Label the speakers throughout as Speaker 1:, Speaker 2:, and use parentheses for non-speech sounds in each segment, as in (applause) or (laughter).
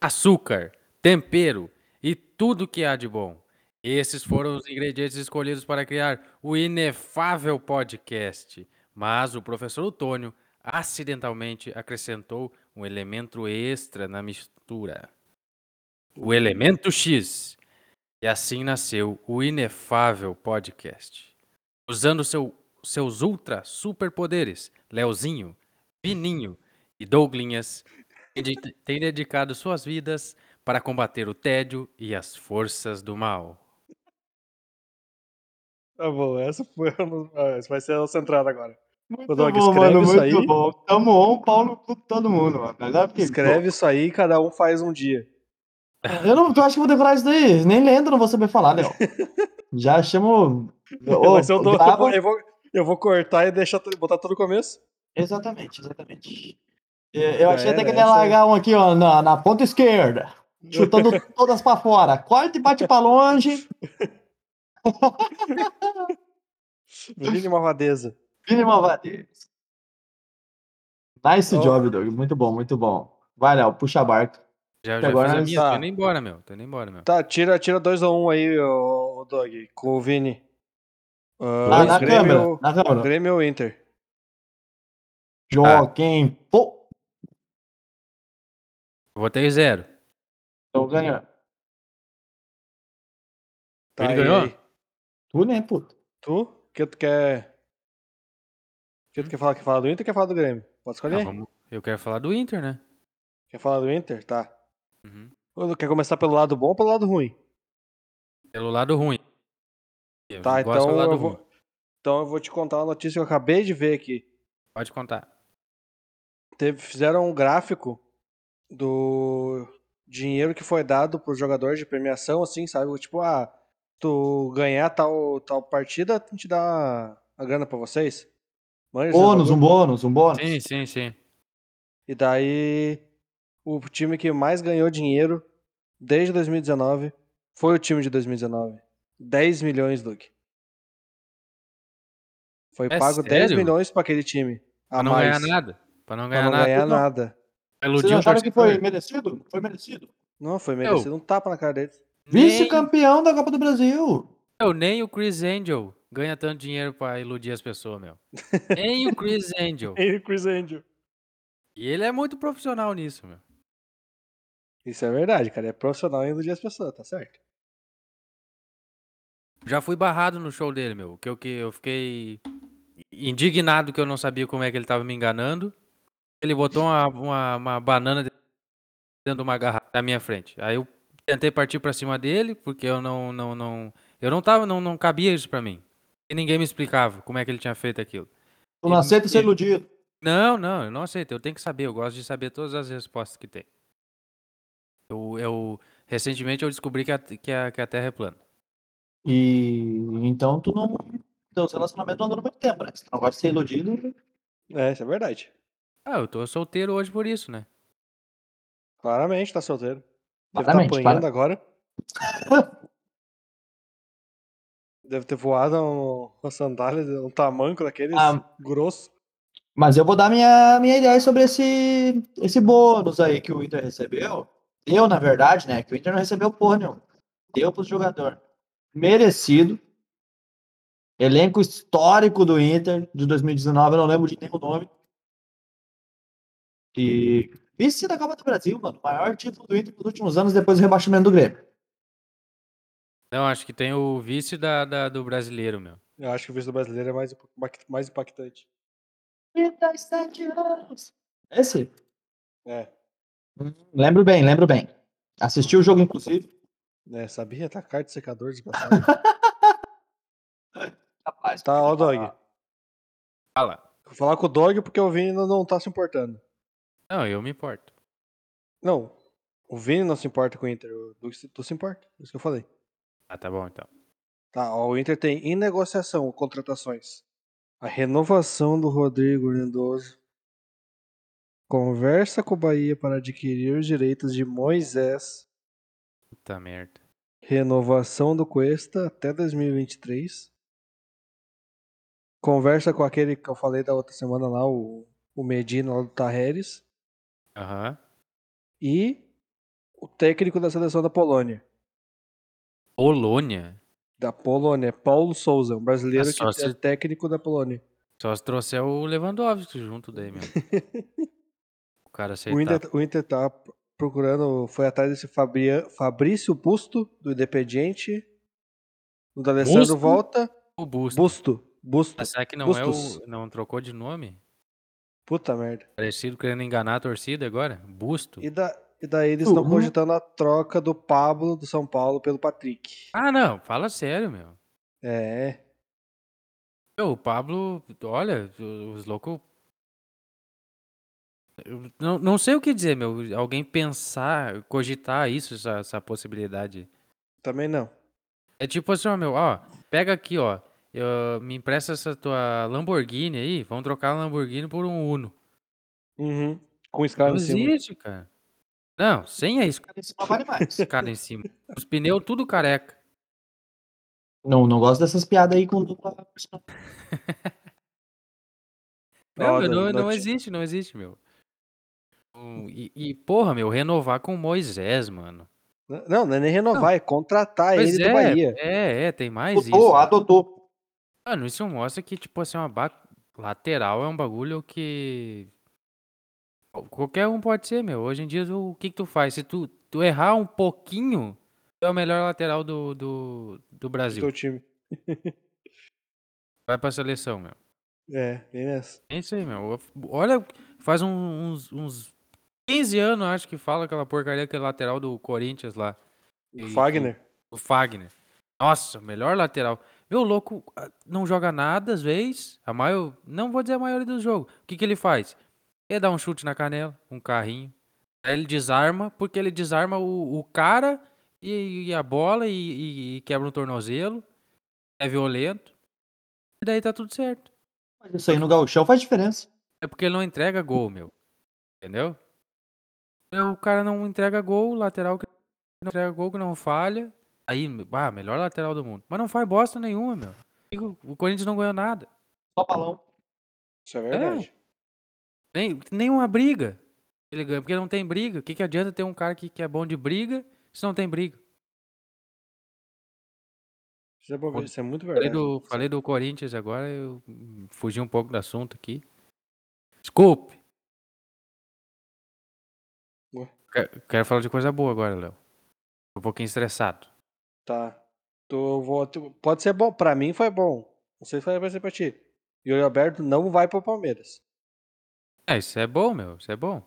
Speaker 1: açúcar, tempero e tudo que há de bom. Esses foram os ingredientes escolhidos para criar o inefável podcast. Mas o professor Otônio acidentalmente acrescentou um elemento extra na mistura: o elemento X. E assim nasceu o inefável podcast. Usando seu- seus ultra superpoderes, Leozinho, Vininho e Douglinhas têm de- têm dedicado suas vidas para combater o tédio e as forças do mal.
Speaker 2: Tá bom, essa foi a no- ah, essa vai ser a nossa entrada agora.
Speaker 3: Muito
Speaker 2: Ô, Dog,
Speaker 3: bom,
Speaker 2: escreve
Speaker 3: mano,
Speaker 2: isso
Speaker 3: muito
Speaker 2: aí.
Speaker 3: bom. Tamo on, Paulo, cu de todo mundo, mano. Mas é porque,
Speaker 2: Escreve isso aí e cada um faz um dia.
Speaker 3: pô, Eu não eu acho que vou decorar isso daí. Nem lembro, não vou saber falar,
Speaker 2: (laughs)
Speaker 3: Léo. Já chamo. Ô,
Speaker 2: Mas eu, dou- eu
Speaker 3: grava-
Speaker 2: vou- eu vou, eu vou cortar e deixar tu- botar tudo no começo.
Speaker 3: Exatamente, exatamente. É, Eu achei
Speaker 2: É,
Speaker 3: até que ele
Speaker 2: é
Speaker 3: ia
Speaker 2: isso aí.
Speaker 3: largar um aqui, ó, na, na ponta esquerda.
Speaker 2: (laughs)
Speaker 3: Chutando todas pra fora. Corta e bate pra longe.
Speaker 2: Vini Malvadeza.
Speaker 3: Vini Malvadez. Nice
Speaker 2: Ó.
Speaker 3: job, Doug. Muito bom, muito bom. Vai, Léo, puxa a barca.
Speaker 1: Já,
Speaker 3: Que
Speaker 1: já
Speaker 3: agora
Speaker 1: fiz a
Speaker 3: nós
Speaker 1: minha,
Speaker 2: tá-
Speaker 1: tô indo embora, meu. Tô indo embora, meu.
Speaker 2: Tá, tira 2x1 tira dois a um aí, ô, ô, Dog, com o Vini. Ah,
Speaker 3: Ah, na câmera.
Speaker 2: Grêmio,
Speaker 3: Na câmera.
Speaker 2: Grêmio ou Inter?
Speaker 3: Joaquim, pô.
Speaker 1: Votei zero.
Speaker 3: Então ganhou.
Speaker 2: Tá,
Speaker 1: Vini
Speaker 2: e
Speaker 1: ganhou?
Speaker 2: aí?
Speaker 3: Tu, né, puto?
Speaker 2: Tu? O que tu quer. O que tu quer falar? Quer falar do Inter ou quer falar do Grêmio? Pode escolher.
Speaker 1: Ah, vamos- Eu quero falar do Inter, né?
Speaker 2: Quer falar do Inter? Tá.
Speaker 1: Uhum.
Speaker 2: Ô, Quer começar pelo lado bom ou pelo lado ruim?
Speaker 1: Pelo lado ruim. Eu
Speaker 2: Tá,
Speaker 1: gosto
Speaker 2: então
Speaker 1: do lado
Speaker 2: eu vou-
Speaker 1: ruim.
Speaker 2: Então eu vou te contar uma notícia que eu acabei de ver aqui.
Speaker 1: Pode contar.
Speaker 2: Teve- fizeram um gráfico do dinheiro que foi dado pro jogador de premiação, assim, sabe? Tipo, ah, tu ganhar tal, tal partida, a gente dá a grana pra vocês. Manja esse
Speaker 3: Bônus, um
Speaker 2: bagulho?
Speaker 3: bônus, um bônus.
Speaker 1: Sim, sim, sim.
Speaker 2: E daí, o time que mais ganhou dinheiro desde 2019 foi o time de 2019. 10 milhões, Luke. Foi
Speaker 1: É
Speaker 2: pago 10
Speaker 1: sério?
Speaker 2: milhões pra aquele time a
Speaker 1: Pra não
Speaker 2: mais.
Speaker 1: ganhar nada. Pra não
Speaker 2: Pra
Speaker 1: ganhar
Speaker 2: não
Speaker 1: nada.
Speaker 2: ganhar
Speaker 3: Não.
Speaker 2: nada.
Speaker 1: Pra
Speaker 3: Vocês
Speaker 1: iludir o
Speaker 3: acharam que foi
Speaker 1: torcedor.
Speaker 3: merecido? Foi merecido.
Speaker 2: Não, foi merecido um tapa na cara dele.
Speaker 1: Nem,
Speaker 3: Vice-campeão da Copa do Brasil.
Speaker 1: eu, nem o Chris Angel ganha tanto dinheiro pra iludir as pessoas, meu. Nem o Chris Angel.
Speaker 2: E Chris Angel.
Speaker 1: E ele é muito profissional nisso, meu.
Speaker 2: Isso é verdade, cara. É profissional ainda de as pessoas, tá certo?
Speaker 1: Já fui barrado no show dele, meu. Que eu, que eu fiquei indignado que eu não sabia como é que ele tava me enganando. Ele botou uma, uma, uma banana dentro de uma garrafa na minha frente. Aí eu tentei partir pra cima dele, porque eu não. não, não eu não tava. Não, não cabia isso pra mim. E ninguém me explicava como é que ele tinha feito aquilo.
Speaker 3: Tu não
Speaker 1: E-
Speaker 3: aceita ser
Speaker 1: e-
Speaker 3: iludido.
Speaker 1: Não, não, eu não aceito. Eu tenho que saber. Eu gosto de saber todas as respostas que tem. Eu, eu- recentemente eu descobri que a, que a, que a Terra é plana.
Speaker 3: E então tu não. Teus relacionamentos não andam muito tempo, né? Se tu não gosta de ser iludido,
Speaker 2: É, isso é verdade.
Speaker 1: Ah, eu tô solteiro hoje por isso, né?
Speaker 2: Claramente tá solteiro. Deve estar
Speaker 3: Claramente,
Speaker 2: apanhando
Speaker 3: clara-
Speaker 2: agora. Deve ter voado um, uma sandália, um tamanco daqueles
Speaker 3: Ah.
Speaker 2: grosso.
Speaker 3: Mas eu vou dar minha, minha ideia sobre esse, esse bônus aí que o Inter recebeu. Eu, na verdade, né? Que o Inter não recebeu porra nenhuma. Deu pro jogador. Merecido. Elenco histórico do Inter de 2019, eu não lembro de nenhum nome. E vice da Copa do Brasil, mano. Maior título do Inter dos últimos anos depois do rebaixamento do Grêmio.
Speaker 1: Não, acho que tem o vice da, da- do brasileiro, meu.
Speaker 2: Eu acho que o vice do brasileiro é mais, impact- mais impactante.
Speaker 3: 37 anos. Esse?
Speaker 2: É,
Speaker 3: Lembro bem, lembro bem. Assisti o jogo, inclusive.
Speaker 2: né? Sabia? Tá cara de secador, desgraçado.
Speaker 3: (laughs) Rapaz,
Speaker 2: tá, ó, Dog.
Speaker 3: Ah.
Speaker 1: Fala.
Speaker 2: Vou falar com o Dog porque o Vini não, não tá se importando.
Speaker 1: Não, eu me importo.
Speaker 2: Não, o Vini não se importa com o Inter. O Duque, se- tu se importa. é Isso que eu falei.
Speaker 1: Ah, tá bom então.
Speaker 2: Tá, ó, o Inter tem em negociação contratações. A renovação do Rodrigo Lindoso. Conversa com o Bahia para adquirir os direitos de Moisés.
Speaker 1: Puta merda.
Speaker 2: Renovação do Cuesta até 2023. Conversa com aquele que eu falei da outra semana lá, o, o Medina lá do Tarreres.
Speaker 1: Aham.
Speaker 2: E o técnico da seleção da Polônia.
Speaker 1: Polônia?
Speaker 2: Da Polônia, Paulo Souza, um brasileiro
Speaker 1: É só
Speaker 2: que é
Speaker 1: se-
Speaker 2: técnico da Polônia.
Speaker 1: Só se trouxer o Lewandowski junto daí (laughs) mesmo. o cara
Speaker 2: O
Speaker 1: aceitar.
Speaker 2: Inter, o Inter tá procurando, foi atrás desse Fabria- Fabrício Busto, do Independiente. O da Alessandro
Speaker 1: Busto?
Speaker 2: volta.
Speaker 1: O Busto.
Speaker 2: Busto. Busto.
Speaker 1: Ah, Será que não é
Speaker 2: Bustos.
Speaker 1: o. Não trocou de nome?
Speaker 2: Puta merda.
Speaker 1: Parecido querendo enganar a torcida agora? Busto.
Speaker 2: E, da, e daí eles estão
Speaker 3: Uhum.
Speaker 2: cogitando a troca do Pablo do São Paulo pelo Patrick.
Speaker 1: Ah, não. Fala sério, meu.
Speaker 2: É.
Speaker 1: Meu, o Pablo. Olha, os loucos. Eu Não, não sei o que dizer, meu. Alguém pensar, cogitar isso, essa, essa possibilidade.
Speaker 2: Também não.
Speaker 1: É tipo assim, ó, meu, ó, pega aqui, ó. eu- me empresta essa tua Lamborghini aí. Vamos trocar a Lamborghini por um Uno.
Speaker 2: Uhum. Com escala
Speaker 1: Não
Speaker 2: em cima.
Speaker 1: existe, cara. Não, sem a
Speaker 3: Cara, isso não vale mais.
Speaker 1: escada em cima. Os pneus tudo careca.
Speaker 3: não, não gosto dessas piadas aí com dupla personalidade.
Speaker 1: Não,
Speaker 2: Olha,
Speaker 1: meu, não, não
Speaker 2: te-
Speaker 1: existe, não existe, meu. Um, E, e, porra, meu, renovar com o Moisés, mano.
Speaker 2: Não, não é nem renovar, é contratar
Speaker 1: Pois
Speaker 2: ele
Speaker 1: é,
Speaker 2: do Bahia.
Speaker 1: é, é, tem mais isso.
Speaker 3: Adotou, adotou.
Speaker 1: Mano, isso mostra que, tipo assim, uma ba- lateral é um bagulho que. Qualquer um pode ser, meu. Hoje em dia, o que, que tu faz? Se tu, tu errar um pouquinho, tu é o melhor lateral do, do, do
Speaker 2: do
Speaker 1: Brasil.
Speaker 2: teu é time.
Speaker 1: Vai pra seleção, meu.
Speaker 2: É, bem nessa.
Speaker 1: É isso aí, meu. Olha, faz um- uns, uns 15 anos, acho que fala aquela porcaria, aquele lateral do Corinthians lá,
Speaker 2: O
Speaker 1: E-
Speaker 2: Fagner.
Speaker 1: do Fagner. Nossa, melhor lateral. Meu louco ah, não joga nada às vezes. A maior, não vou dizer a maioria do jogo. O que, que ele faz? Ele dá um chute na canela, um carrinho. Aí ele desarma, porque ele desarma o, o cara e, e a bola e, e- e quebra um tornozelo. É violento. E daí tá tudo certo.
Speaker 3: Mas Isso aí no gauchão faz diferença.
Speaker 1: É porque ele não entrega gol, meu. Entendeu? Então, O cara não entrega gol, lateral que não entrega gol, que não falha. Aí, bah, melhor lateral do mundo. Mas não faz bosta nenhuma, meu. E o- O Corinthians não ganhou nada.
Speaker 3: Só balão.
Speaker 2: Isso é verdade.
Speaker 1: Nem, nenhuma briga. Ele ganha, porque não tem briga. O que, que adianta ter um cara que, que é bom de briga se não tem briga?
Speaker 2: Isso é, bom- isso é muito
Speaker 1: Falei
Speaker 2: verdade.
Speaker 1: do, falei do Corinthians agora, eu hum, fugi um pouco do assunto aqui. Desculpe.
Speaker 2: Ué?
Speaker 1: Quero, quero falar de coisa boa agora, Léo. Tô Um pouquinho estressado.
Speaker 2: Tá. Tô, vou, tu- pode ser bom. Pra mim foi bom. Não sei se vai ser pra ti. E o Alberto não vai pro Palmeiras.
Speaker 1: É, isso é bom, meu. Isso é bom.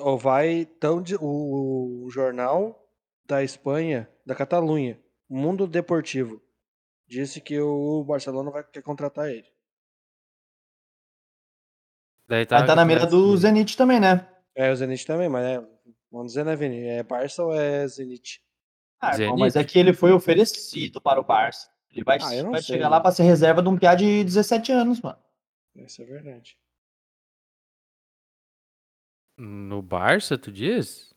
Speaker 2: Ou vai tão de, o, o jornal da Espanha, da Catalunha, Mundo Deportivo, disse que o Barcelona vai quer contratar ele.
Speaker 1: Daí
Speaker 3: Mas tá na mira do Zenit também, né?
Speaker 2: É, o Zenit também, mas é, vamos dizer, né, Vini? É Barça ou é Zenit?
Speaker 3: Ah, irmão,
Speaker 1: Zenit.
Speaker 3: mas é que ele foi oferecido para o Barça. Ele vai,
Speaker 2: Ah, eu não
Speaker 3: vai
Speaker 2: sei,
Speaker 3: chegar
Speaker 2: mano.
Speaker 3: lá pra ser reserva de um piá de 17 anos, mano.
Speaker 2: Isso é verdade.
Speaker 1: No Barça, tu diz?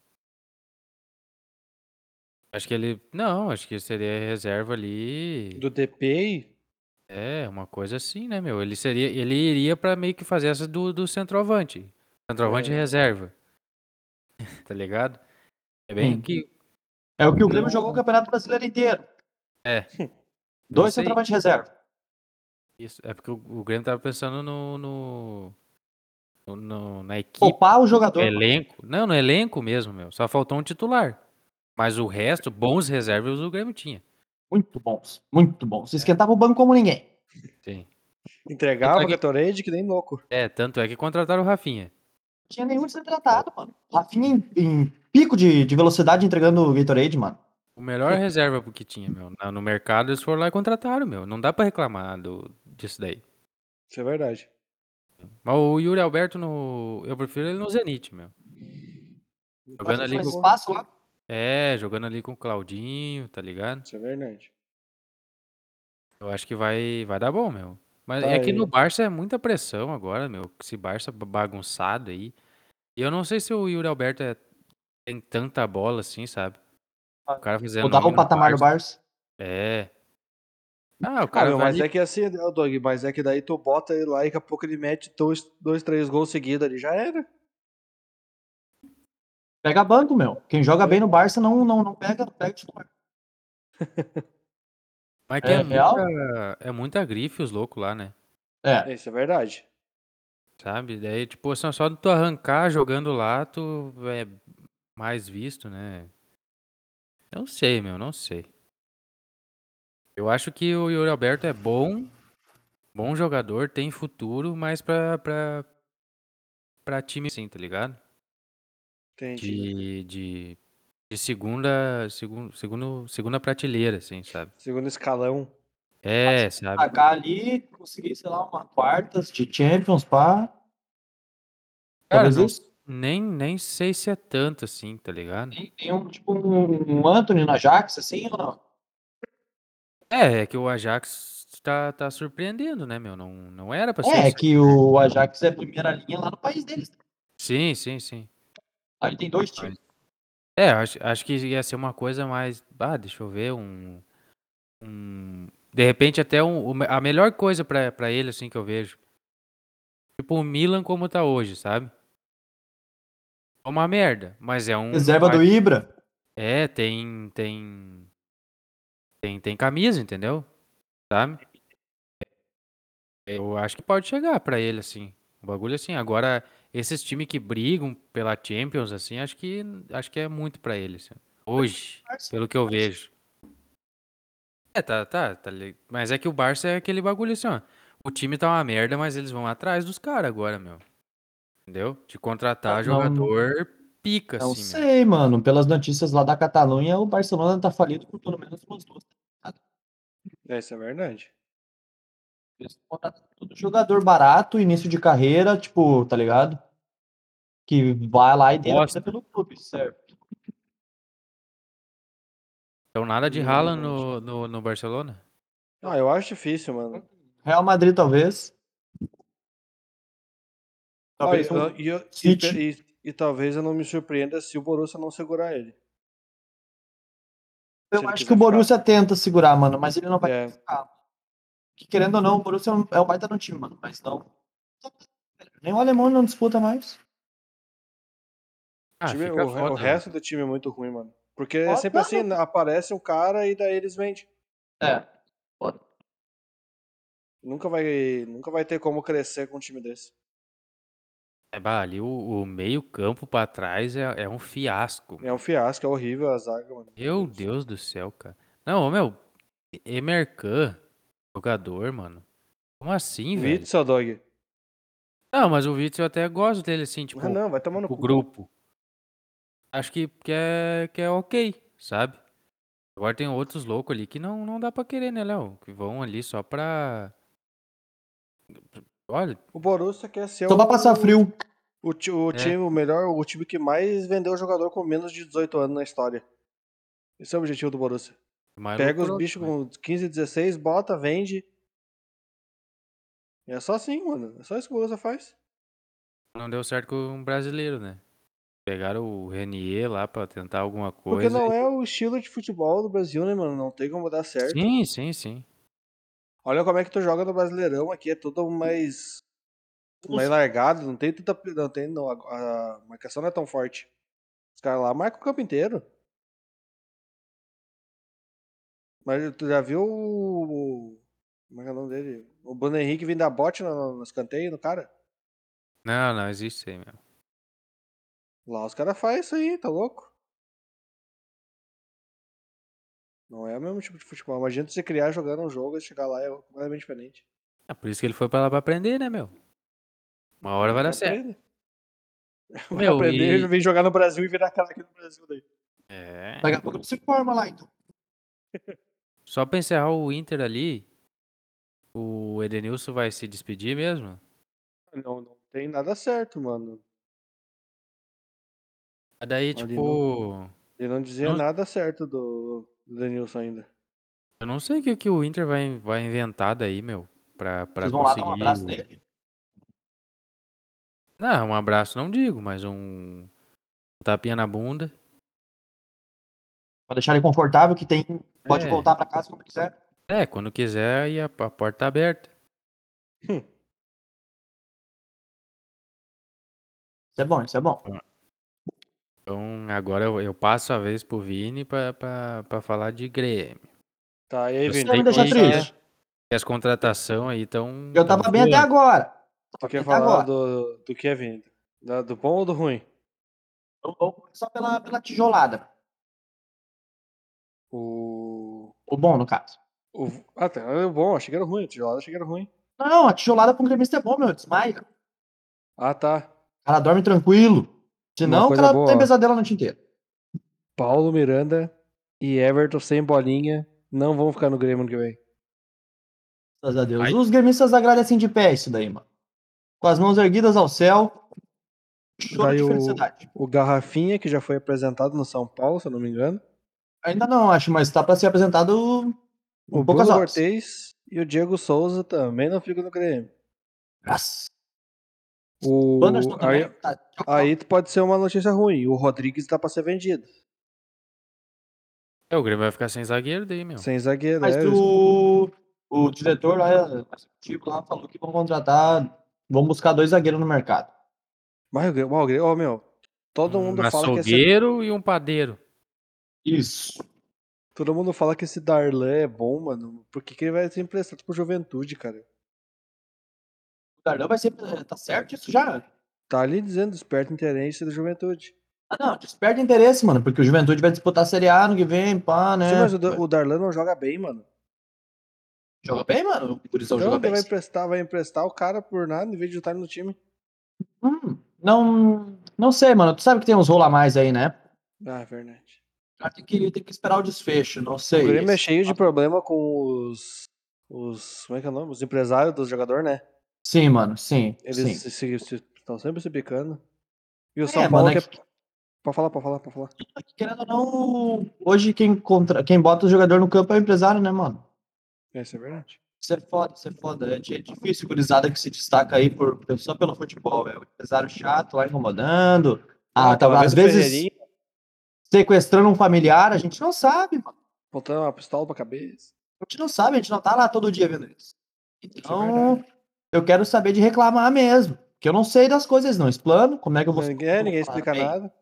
Speaker 1: Acho que ele. Não, acho que seria reserva ali.
Speaker 2: Do DPI,
Speaker 1: É, uma coisa assim, né, meu? Ele seria, ele iria pra meio que fazer essa do, do centroavante. Centroavante
Speaker 2: É.
Speaker 1: reserva. (laughs) Tá ligado? É bem
Speaker 3: Sim.
Speaker 1: que
Speaker 3: É o que o Grêmio
Speaker 2: Não.
Speaker 3: jogou o Campeonato Brasileiro inteiro.
Speaker 1: É.
Speaker 3: (laughs) Dois
Speaker 1: Isso aí.
Speaker 3: centroavantes de reserva.
Speaker 1: isso, é porque o, o Grêmio tava pensando no no, no- no- na equipe,
Speaker 3: Poupar o
Speaker 1: no
Speaker 3: jogador. mano.
Speaker 1: elenco. Não, no elenco mesmo, meu. Só faltou um titular. Mas o resto, bons reservas o Grêmio tinha.
Speaker 3: Muito bons. Muito bons. Se esquentava o banco como ninguém.
Speaker 1: Sim.
Speaker 2: entregava
Speaker 1: Então,
Speaker 2: o Gatorade que nem louco.
Speaker 1: É, tanto é que contrataram o Rafinha.
Speaker 3: Não tinha nenhum desidratado, mano. Rafinha em, em pico de, de velocidade entregando o Gatorade, mano.
Speaker 1: O melhor reserva que tinha, meu. Na- No mercado eles foram lá e contrataram, meu. Não dá pra reclamar do, disso daí.
Speaker 2: Isso é verdade.
Speaker 1: Mas o Yuri Alberto no. Eu prefiro ele no Zenit, meu. Jogando
Speaker 3: Mas
Speaker 1: ali
Speaker 3: tinha
Speaker 1: com.
Speaker 3: um espaço lá.
Speaker 1: É, jogando ali com o Claudinho, tá ligado?
Speaker 2: Isso é verdade.
Speaker 1: Eu acho que vai, vai dar bom, meu. Mas é
Speaker 2: Vai.
Speaker 1: que no Barça é muita pressão agora, meu. Esse Barça ba- bagunçado aí. E eu não sei se o Yuri Alberto é- tem tanta bola assim, sabe? O cara fazendo.
Speaker 3: Mudava o patamar do Barça.
Speaker 1: É. Ah, o
Speaker 2: Ah,
Speaker 1: cara
Speaker 2: meu,
Speaker 1: vai
Speaker 2: mas
Speaker 1: ali-
Speaker 2: é que assim, ô, Doug, mas é que daí tu bota ele lá e daqui a pouco ele mete dois, dois três gols seguidos ali, já era.
Speaker 3: Pega banco, meu. Quem joga bem no Barça não, não, não pega, não pega titular.
Speaker 1: Mas que é,
Speaker 3: É real?
Speaker 1: muita, é muita grife os loucos lá, né?
Speaker 3: É,
Speaker 2: Isso é verdade.
Speaker 1: Sabe? Daí, tipo, assim, só de tu arrancar jogando lá, tu é mais visto, né? Eu Não sei, meu, não sei. Eu acho que o Yuri Alberto é bom, bom jogador, tem futuro, mas pra, pra, pra time sim, tá ligado?
Speaker 2: Entendi.
Speaker 1: De, de, de segunda, segundo, segundo, segunda prateleira, assim, sabe?
Speaker 2: Segundo escalão.
Speaker 1: É, sabe?
Speaker 3: pagar ali, conseguir, sei lá, uma quartas de Champions, pá.
Speaker 1: Cara,
Speaker 3: Talvez
Speaker 1: não-
Speaker 3: isso.
Speaker 1: nem, nem sei se é tanto assim, tá ligado?
Speaker 3: Tem, tem um, tipo, um, um Anthony na Jax, assim, ou não?
Speaker 1: É, é que o Ajax tá, tá surpreendendo, né, meu? Não, não era pra ser
Speaker 3: É,
Speaker 1: isso.
Speaker 3: que o Ajax é a primeira linha lá no país deles.
Speaker 1: Sim, sim, sim.
Speaker 3: Ali tem dois times.
Speaker 1: É, acho, acho que ia ser uma coisa mais. Ah, deixa eu ver, um. um- de repente, até um, o me- a melhor coisa pra, pra ele, assim, que eu vejo. Tipo o Milan como tá hoje, sabe? É uma merda, mas é um.
Speaker 3: Reserva do Ibra.
Speaker 1: É, tem, tem, tem, tem camisa, entendeu? Sabe? Eu acho que pode chegar pra ele, assim. O bagulho assim. Agora, esses times que brigam pela Champions, assim, acho que, acho que é muito pra ele, assim. Hoje, pelo que eu vejo. É, tá, tá, tá. li- Mas é que o Barça é aquele bagulho assim, ó. O time tá uma merda, mas eles vão atrás dos caras agora, meu. Entendeu? De contratar
Speaker 3: Não-
Speaker 1: jogador pica,
Speaker 3: Não
Speaker 1: assim, meu.
Speaker 3: sei, mano. Pelas notícias lá da Catalunha, o Barcelona tá falido com pelo menos umas duas.
Speaker 2: É, Isso é verdade.
Speaker 3: Eles contratam Todo jogador barato, início de carreira, tipo, tá ligado? Que vai lá e tem a
Speaker 1: Bosta.
Speaker 3: vida pelo clube, certo?
Speaker 1: Então nada de
Speaker 2: Hum,
Speaker 1: Haaland no, no, no Barcelona?
Speaker 2: Ah, eu acho difícil, mano.
Speaker 3: Real Madrid, talvez. Talvez
Speaker 2: Ah,
Speaker 3: um-
Speaker 2: e, eu- e-
Speaker 3: City.
Speaker 2: e- e talvez eu não me surpreenda se o Borussia não segurar ele.
Speaker 3: Eu
Speaker 2: ele
Speaker 3: acho
Speaker 2: quiser
Speaker 3: que o Borussia tenta segurar, mano, mas ele não vai
Speaker 2: É.
Speaker 3: ficar. Que, querendo ou não, o Borussia é um, é um baita no time, mano, mas não. Nem o alemão não disputa mais.
Speaker 1: Ah,
Speaker 2: Time-
Speaker 1: fica
Speaker 2: o, re- o
Speaker 1: foda, né?
Speaker 2: resto do time é muito ruim, mano. Porque é
Speaker 3: Foda,
Speaker 2: sempre assim, aparece um cara e daí eles vendem.
Speaker 3: É.
Speaker 2: Nunca vai, nunca vai ter como crescer com um time desse.
Speaker 1: É, bah, ali o, o meio campo pra trás é, é um fiasco.
Speaker 2: É um fiasco, é horrível a zaga, mano.
Speaker 1: Meu Deus do céu, cara. Não, ô, meu, Emercan, jogador, mano. Como assim, velho?
Speaker 2: Witzel, dog.
Speaker 1: Não, mas o Witzel eu até gosto dele, assim, tipo,
Speaker 2: ah, não, vai tomando
Speaker 1: o grupo. Acho que, que, é, que é ok, sabe? Agora tem outros loucos ali que não, não dá pra querer, né, Léo? Que vão ali só pra... Olha,
Speaker 2: O Borussia quer ser
Speaker 3: Só
Speaker 2: o,
Speaker 3: pra Então passar frio.
Speaker 2: o, ti- o
Speaker 1: É.
Speaker 2: time, o melhor, o time que mais vendeu jogador com menos de 18 anos na história. Esse é o objetivo do Borussia.
Speaker 1: mais
Speaker 2: Pega os
Speaker 1: loucura,
Speaker 2: bichos
Speaker 1: né?
Speaker 2: com 15, 16, bota, vende. É só assim, mano. É só isso que o Borussia faz.
Speaker 1: Não deu certo com um brasileiro, né? Pegaram o Renier lá pra tentar alguma
Speaker 2: Porque
Speaker 1: coisa.
Speaker 2: não
Speaker 1: e-
Speaker 2: é o estilo de futebol do Brasil, né, mano? Não tem como dar certo.
Speaker 1: Sim, sim, sim.
Speaker 2: Olha como é que tu joga no Brasileirão aqui, é tudo mais mais largado, não tem tanta não tem não, a, a marcação não é tão forte. Os caras lá marcam o campo inteiro. Mas tu já viu o como é que é o nome dele? O Bruno Henrique vindo dar bote no, no, no escanteio no cara?
Speaker 1: Não, não existe isso aí mesmo.
Speaker 2: Lá os caras fazem isso aí, tá louco? Não é o mesmo tipo de futebol. Imagina você criar jogando um jogo e chegar lá é completamente diferente.
Speaker 1: É por isso que ele foi pra lá pra aprender, né, meu? Uma hora vai dar certo.
Speaker 2: Aprende. Vai
Speaker 1: Meu,
Speaker 2: aprender, né?
Speaker 1: e-
Speaker 2: vem jogar no Brasil e virar craque no Brasil daí.
Speaker 1: É.
Speaker 3: Daqui a pouco ele se forma lá, então.
Speaker 1: Só pra encerrar o Inter ali, o Edenilson vai se despedir mesmo?
Speaker 2: Não, não tem nada certo, mano.
Speaker 1: Ah, Daí,
Speaker 2: Ali
Speaker 1: tipo,
Speaker 2: Ele não dizia
Speaker 1: Não-
Speaker 2: nada certo do, do Denilson ainda.
Speaker 1: eu não sei o que, que o Inter vai, vai inventar daí, meu. Pra, pra
Speaker 3: Vocês vão lá dar
Speaker 1: conseguir.
Speaker 3: um abraço
Speaker 1: o-
Speaker 3: nele.
Speaker 1: Não, um abraço não digo, mas um tapinha na bunda.
Speaker 3: Pra deixar ele confortável, que tem. Pode
Speaker 1: É.
Speaker 3: voltar pra casa quando quiser.
Speaker 1: É, quando quiser, aí a, a porta tá aberta.
Speaker 3: Isso é bom, isso é bom.
Speaker 1: Então agora eu, eu passo a vez pro Vini pra, pra, pra falar de Grêmio.
Speaker 2: Tá, e aí,
Speaker 1: Eu
Speaker 2: Vini?
Speaker 1: sei
Speaker 3: me deixa
Speaker 1: que-
Speaker 2: né?
Speaker 3: triste.
Speaker 1: E as contratações aí estão.
Speaker 3: Eu tava bem até agora.
Speaker 2: Tu quer
Speaker 3: Até
Speaker 2: falar
Speaker 3: agora.
Speaker 2: do, do que é, Vini? Da- Do bom ou do ruim? Tá
Speaker 3: Eu vou começar pela, pela tijolada.
Speaker 2: O.
Speaker 3: O bom, no caso.
Speaker 2: o ah, tá. Era bom, achei que era ruim. Tijolada, achei que era ruim.
Speaker 3: Não, a tijolada pra um gremista é bom, meu. Desmaia. O
Speaker 2: Ah, tá.
Speaker 3: cara dorme tranquilo.
Speaker 2: Uma
Speaker 3: Senão o
Speaker 2: coisa
Speaker 3: cara
Speaker 2: boa.
Speaker 3: tem pesadelo a noite inteira.
Speaker 2: Paulo Miranda e Everton sem bolinha não vão ficar no Grêmio ano que vem.
Speaker 3: Graças a Deus.
Speaker 1: Ai.
Speaker 3: Os gremistas agradecem de pé isso daí, mano. Com as mãos erguidas ao céu. Choro
Speaker 2: Daí
Speaker 3: de
Speaker 2: o-
Speaker 3: felicidade.
Speaker 2: O Garrafinha, que já foi apresentado no São Paulo, se eu não me engano.
Speaker 3: Ainda não, acho, mas tá pra ser apresentado
Speaker 2: O
Speaker 3: em poucas
Speaker 2: Bruno
Speaker 3: horas.
Speaker 2: Cortez e o Diego Souza também não ficam no Grêmio.
Speaker 3: Graças.
Speaker 2: O...
Speaker 3: O Anderson também.
Speaker 2: Aí,
Speaker 3: tá- tchau, tchau.
Speaker 2: aí pode ser uma notícia ruim. O Rodrigues tá pra ser vendido.
Speaker 1: É, o Grêmio vai ficar sem zagueiro daí, meu.
Speaker 2: Sem zagueiro,
Speaker 3: Mas
Speaker 2: né?
Speaker 3: o, o diretor lá, o executivo lá, falou que vão contratar, vão buscar dois zagueiros no mercado.
Speaker 2: Mas o Grêmio, ó, o Grêmio- ó, meu, todo
Speaker 3: Hum,
Speaker 1: Um
Speaker 2: mundo fala que é esse,
Speaker 1: açougueiro e um padeiro.
Speaker 3: Isso.
Speaker 2: todo mundo fala que esse Darlan é bom, mano. Por que, que ele vai ser emprestado pro Juventude, cara?
Speaker 3: O Darlan vai ser. Tá certo isso já?
Speaker 2: Tá ali dizendo, desperta interesse da Juventude.
Speaker 3: Ah, não, desperta interesse, mano, porque o Juventude vai disputar a Série A no que vem, pá, né?
Speaker 2: Sim, mas o, Da- o Darlan não joga bem, mano.
Speaker 3: Joga bem, mano. O Gurizão
Speaker 2: Então
Speaker 3: joga
Speaker 2: ele
Speaker 3: bem.
Speaker 2: vai
Speaker 3: sim.
Speaker 2: emprestar, vai emprestar o cara por nada em vez de juntar ele no time.
Speaker 3: Hum, não, não sei, mano. Tu sabe que tem uns rola a mais aí, né?
Speaker 2: Ah, verdade.
Speaker 3: Já Tem que, tem que esperar o desfecho, não sei.
Speaker 2: O Grêmio é cheio de problema com os. Os. Como é que é o nome? Os empresários do jogador, né?
Speaker 3: Sim, mano, sim.
Speaker 2: Eles
Speaker 3: sim.
Speaker 2: se- se- se- estão sempre se picando. E o
Speaker 3: É,
Speaker 2: São Paulo
Speaker 3: mano, é
Speaker 2: quer. Pode falar, pode falar, pode falar.
Speaker 3: Querendo ou não, hoje quem, contra... quem bota o jogador no campo é o empresário, né, mano?
Speaker 2: É, Isso é verdade.
Speaker 3: Isso é foda, isso é foda. É di- é difícil gurizada que se destaca aí por, só pelo futebol. É o empresário chato lá incomodando.
Speaker 2: Ah,
Speaker 3: Ah, tá,
Speaker 2: talvez
Speaker 3: às
Speaker 2: o
Speaker 3: vezes
Speaker 2: Ferreirinha-
Speaker 3: sequestrando um familiar, a gente não sabe, mano.
Speaker 2: Botando uma pistola pra cabeça.
Speaker 3: A gente não sabe, a gente não tá lá todo dia vendo isso. Então,
Speaker 2: é verdade.
Speaker 3: eu quero saber de reclamar mesmo. Porque eu não sei das coisas, não explano. Como é que eu vou
Speaker 2: Ninguém,
Speaker 3: como eu vou
Speaker 2: ninguém
Speaker 3: falar
Speaker 2: explica
Speaker 3: bem?
Speaker 2: nada.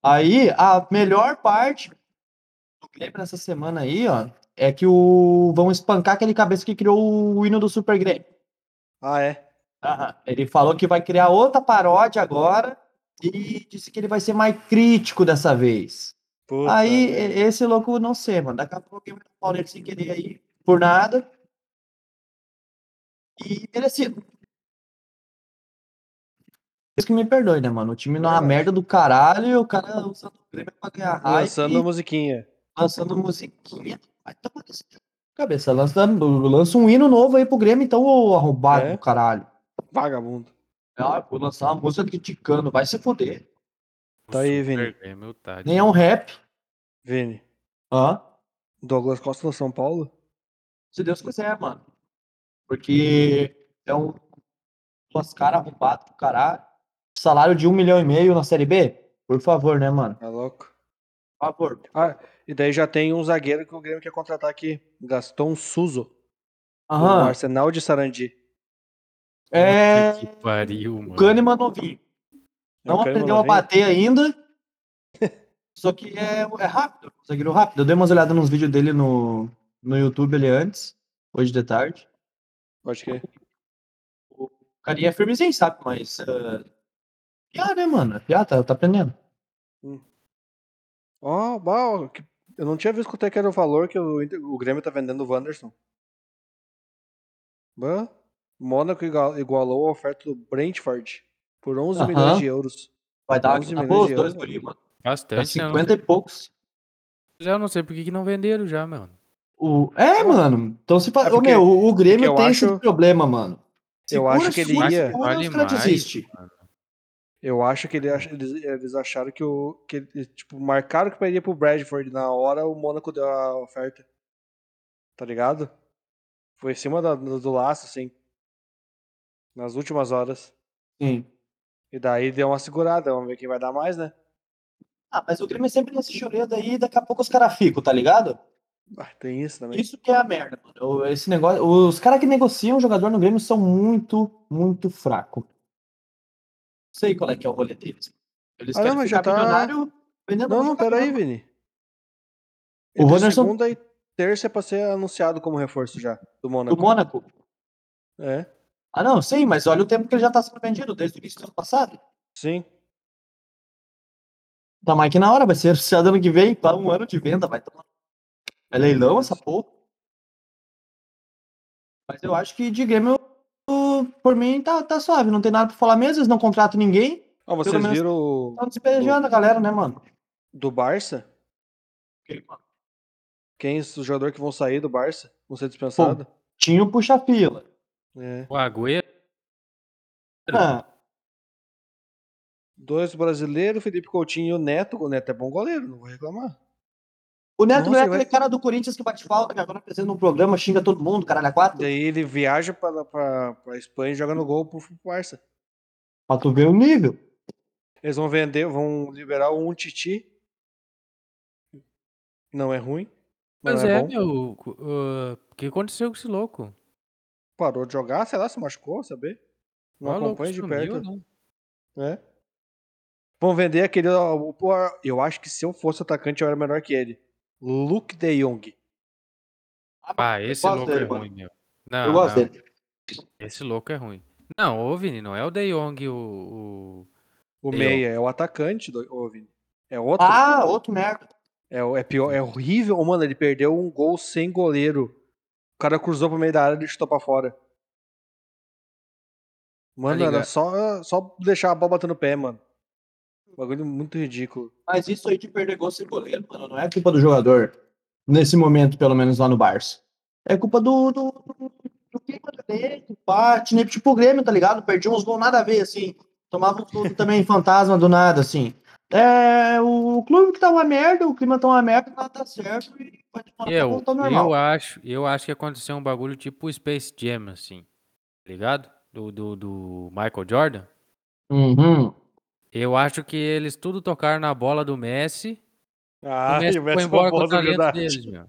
Speaker 3: Aí, a melhor parte do Grêmio nessa semana aí, ó, é que o vão espancar aquele cabeça que criou o hino do Super Grêmio.
Speaker 2: Ah, é.
Speaker 3: Aham. Ele falou que vai criar outra paródia agora e disse que ele vai ser mais crítico dessa vez.
Speaker 2: Puta
Speaker 3: aí,
Speaker 2: merda.
Speaker 3: e- esse louco, não sei, mano. Daqui a pouco alguém vai dar um pau nele sem querer aí, por nada. E assim, merecido. Isso que me perdoe, né, mano? O time numa
Speaker 2: Verdade.
Speaker 3: merda do caralho e o cara usando o Grêmio pra ganhar hype
Speaker 2: Lançando a musiquinha.
Speaker 3: lançando musiquinha. Vai tomar nesse cu. cabeça. Lança, lança um hino novo aí pro Grêmio, então, ô arrombado
Speaker 2: É?
Speaker 3: do caralho.
Speaker 2: Vagabundo.
Speaker 3: Ah, vou lançar uma música criticando, vai se foder.
Speaker 1: O
Speaker 2: Tá aí,
Speaker 1: Super
Speaker 2: Vini.
Speaker 1: Grêmio tá de-
Speaker 3: Nem é um rap.
Speaker 2: Vini.
Speaker 3: Hã?
Speaker 2: Douglas Costa no São Paulo?
Speaker 3: Se Deus quiser, mano. Porque é um. Duas caras arrombadas do caralho. Salário de um milhão e meio na Série B? Por favor, né, mano?
Speaker 2: Tá louco. Ah,
Speaker 3: Por favor.
Speaker 2: E daí já tem um zagueiro que o Grêmio quer contratar aqui. Gaston Suzo. do
Speaker 3: Aham.
Speaker 2: Arsenal de Sarandi.
Speaker 3: É.
Speaker 1: Puta Que pariu, mano.
Speaker 3: Kahneman
Speaker 2: É
Speaker 3: novinho.
Speaker 2: o
Speaker 3: Não
Speaker 2: Kahneman
Speaker 3: aprendeu a
Speaker 2: novinho.
Speaker 3: bater ainda. Só que é, é rápido, um zagueiro rápido. Eu dei umas olhadas nos vídeos dele no, no YouTube ali antes, hoje de tarde.
Speaker 2: Pode crer.
Speaker 3: O carinha é firmezinho, sabe? Mas. eh, Já, né, mano? Já tá, tá aprendendo.
Speaker 2: Ó, bah, ó, que- eu não tinha visto quanto é que era o valor que o, Inter- o Grêmio tá vendendo o Wanderson. Bah, Mônaco igual- igualou a oferta do Brentford por 11
Speaker 3: Aham.
Speaker 2: milhões de euros.
Speaker 3: Vai dar
Speaker 2: 11
Speaker 3: uma
Speaker 2: milhões
Speaker 3: boa, os
Speaker 2: de um.
Speaker 3: dois
Speaker 2: euros,
Speaker 3: guri, mano. Tá
Speaker 1: Bastante, né? Eu não
Speaker 3: 50 e poucos.
Speaker 1: sei- Eu não sei por que que não venderam já, mano.
Speaker 3: O... É, mano. Então se. fa-
Speaker 2: É
Speaker 3: Ô,
Speaker 2: porque-
Speaker 3: meu, o, o Grêmio
Speaker 2: eu
Speaker 3: tem
Speaker 2: acho-
Speaker 3: esse problema, mano.
Speaker 2: Eu acho que ele
Speaker 3: segura,
Speaker 2: ia-
Speaker 3: segura,
Speaker 1: Vale
Speaker 3: os caras
Speaker 1: mais,
Speaker 3: desistem.
Speaker 1: mano.
Speaker 2: Eu acho que ele ach- eles, eles acharam que o. Que, ele- tipo, marcaram que iria pro Bradford. Na hora o Mônaco deu a oferta. Tá ligado? Foi em cima da- do, do laço, assim. Nas últimas horas.
Speaker 3: Sim.
Speaker 2: E daí deu uma segurada. Vamos ver quem vai dar mais, né?
Speaker 3: Ah, mas o Grêmio é sempre nesse choredo aí, daqui a pouco os caras ficam, tá ligado?
Speaker 2: Ah, tem isso também.
Speaker 3: Isso que é a merda, mano. Eu- Esse negócio, os caras que negociam jogador no Grêmio são muito, muito fraco. Sei qual é que é o rolê deles. Eles
Speaker 2: Ah, não,
Speaker 3: querem
Speaker 2: mas
Speaker 3: ficar
Speaker 2: já tá-
Speaker 3: milionário vendendo
Speaker 2: Não, tá não,
Speaker 3: jogador.
Speaker 2: peraí, Vini.
Speaker 3: O
Speaker 2: Entre
Speaker 3: Wanderson-
Speaker 2: Segunda e terça é pra ser anunciado como reforço já, do
Speaker 3: Do
Speaker 2: Mônaco.
Speaker 3: Mônaco.
Speaker 2: É,
Speaker 3: Ah, não, sim, mas olha o tempo que ele já tá sendo vendido, desde o início do ano passado.
Speaker 2: sim.
Speaker 3: Tá mais que na hora, vai ser (laughs) anunciado ano que vem, tá um ano de venda, vai tomar. É leilão essa porra. Mas eu acho que de Grêmio, o- por mim, tá, tá suave, não tem nada pra falar mesmo, eles não contratam ninguém,
Speaker 2: Ó, vocês
Speaker 3: menos-
Speaker 2: viram o
Speaker 3: estão despejando a galera, né, mano?
Speaker 2: do Barça? Quem os jogadores que vão sair do Barça? Vão ser dispensados?
Speaker 3: Tinha o puxa-fila.
Speaker 2: É.
Speaker 1: O Agüero.
Speaker 3: Ah,
Speaker 2: Dois brasileiros, Felipe Coutinho e o Neto. O Neto é bom goleiro, não vou reclamar.
Speaker 3: o Neto
Speaker 2: Nossa,
Speaker 3: não é
Speaker 2: ele
Speaker 3: aquele
Speaker 2: vai-
Speaker 3: cara do Corinthians que bate falta, que agora apresenta um programa, xinga todo mundo, caralho, a quatro.
Speaker 2: Daí ele viaja pra, pra, pra Espanha e joga no gol pro, pro Barça.
Speaker 3: Pra tu ver o nível.
Speaker 2: Eles vão vender, vão liberar um Titi. Não é ruim. Não
Speaker 1: Mas
Speaker 2: é,
Speaker 1: é,
Speaker 2: bom.
Speaker 1: meu. O que aconteceu com esse louco?
Speaker 2: Parou de jogar, sei lá, se machucou, saber.
Speaker 1: Ó,
Speaker 2: Não
Speaker 1: o Tá louco
Speaker 2: acompanha de
Speaker 1: sumiu,
Speaker 2: perto.
Speaker 1: não.
Speaker 2: né? Vão vender aquele. ó, o- pô, Eu acho que se eu fosse atacante, eu era melhor que ele. Luke de Jong.
Speaker 1: Ah, esse
Speaker 3: gosto
Speaker 1: louco
Speaker 3: dele,
Speaker 1: é
Speaker 3: mano.
Speaker 1: ruim, meu. Não,
Speaker 3: eu gosto
Speaker 1: não,
Speaker 3: dele.
Speaker 1: Esse louco é ruim. Não, ô Vini, não é o De Jong o. o-
Speaker 2: O
Speaker 1: De
Speaker 2: meia é o atacante do ô, Vini. É outro.
Speaker 3: Ah, outro merda.
Speaker 2: É, o- é pior, é horrível. Ô, Mano, ele perdeu um gol sem goleiro. O cara cruzou pro meio da área e chutou pra fora. Mano, era
Speaker 1: Tá ligado.
Speaker 2: só, só deixar a bola batendo no pé, mano. Bagulho muito ridículo.
Speaker 3: Mas isso aí de perder gol sem goleiro, mano, não é culpa do jogador. Nesse momento, pelo menos lá no Barça. É culpa do, do, do, do clima do elenco, pá, time tipo o Grêmio, tá ligado? Perdi uns gols nada a ver, assim. Tomava uns gols também (laughs) fantasma do nada, assim. É, o clube que tá uma merda, o clima tá uma merda, nada tá certo e pode tomar
Speaker 1: Eu,
Speaker 3: tá
Speaker 1: É, eu
Speaker 3: normal.
Speaker 1: acho, eu acho que aconteceu um bagulho tipo Space Jam, assim. Tá ligado? Do, do, do Michael Jordan.
Speaker 3: Uhum.
Speaker 1: Eu acho que eles tudo tocaram na bola do Messi.
Speaker 2: Ah,
Speaker 1: o Messi foi embora
Speaker 2: é
Speaker 1: com o talento deles, meu.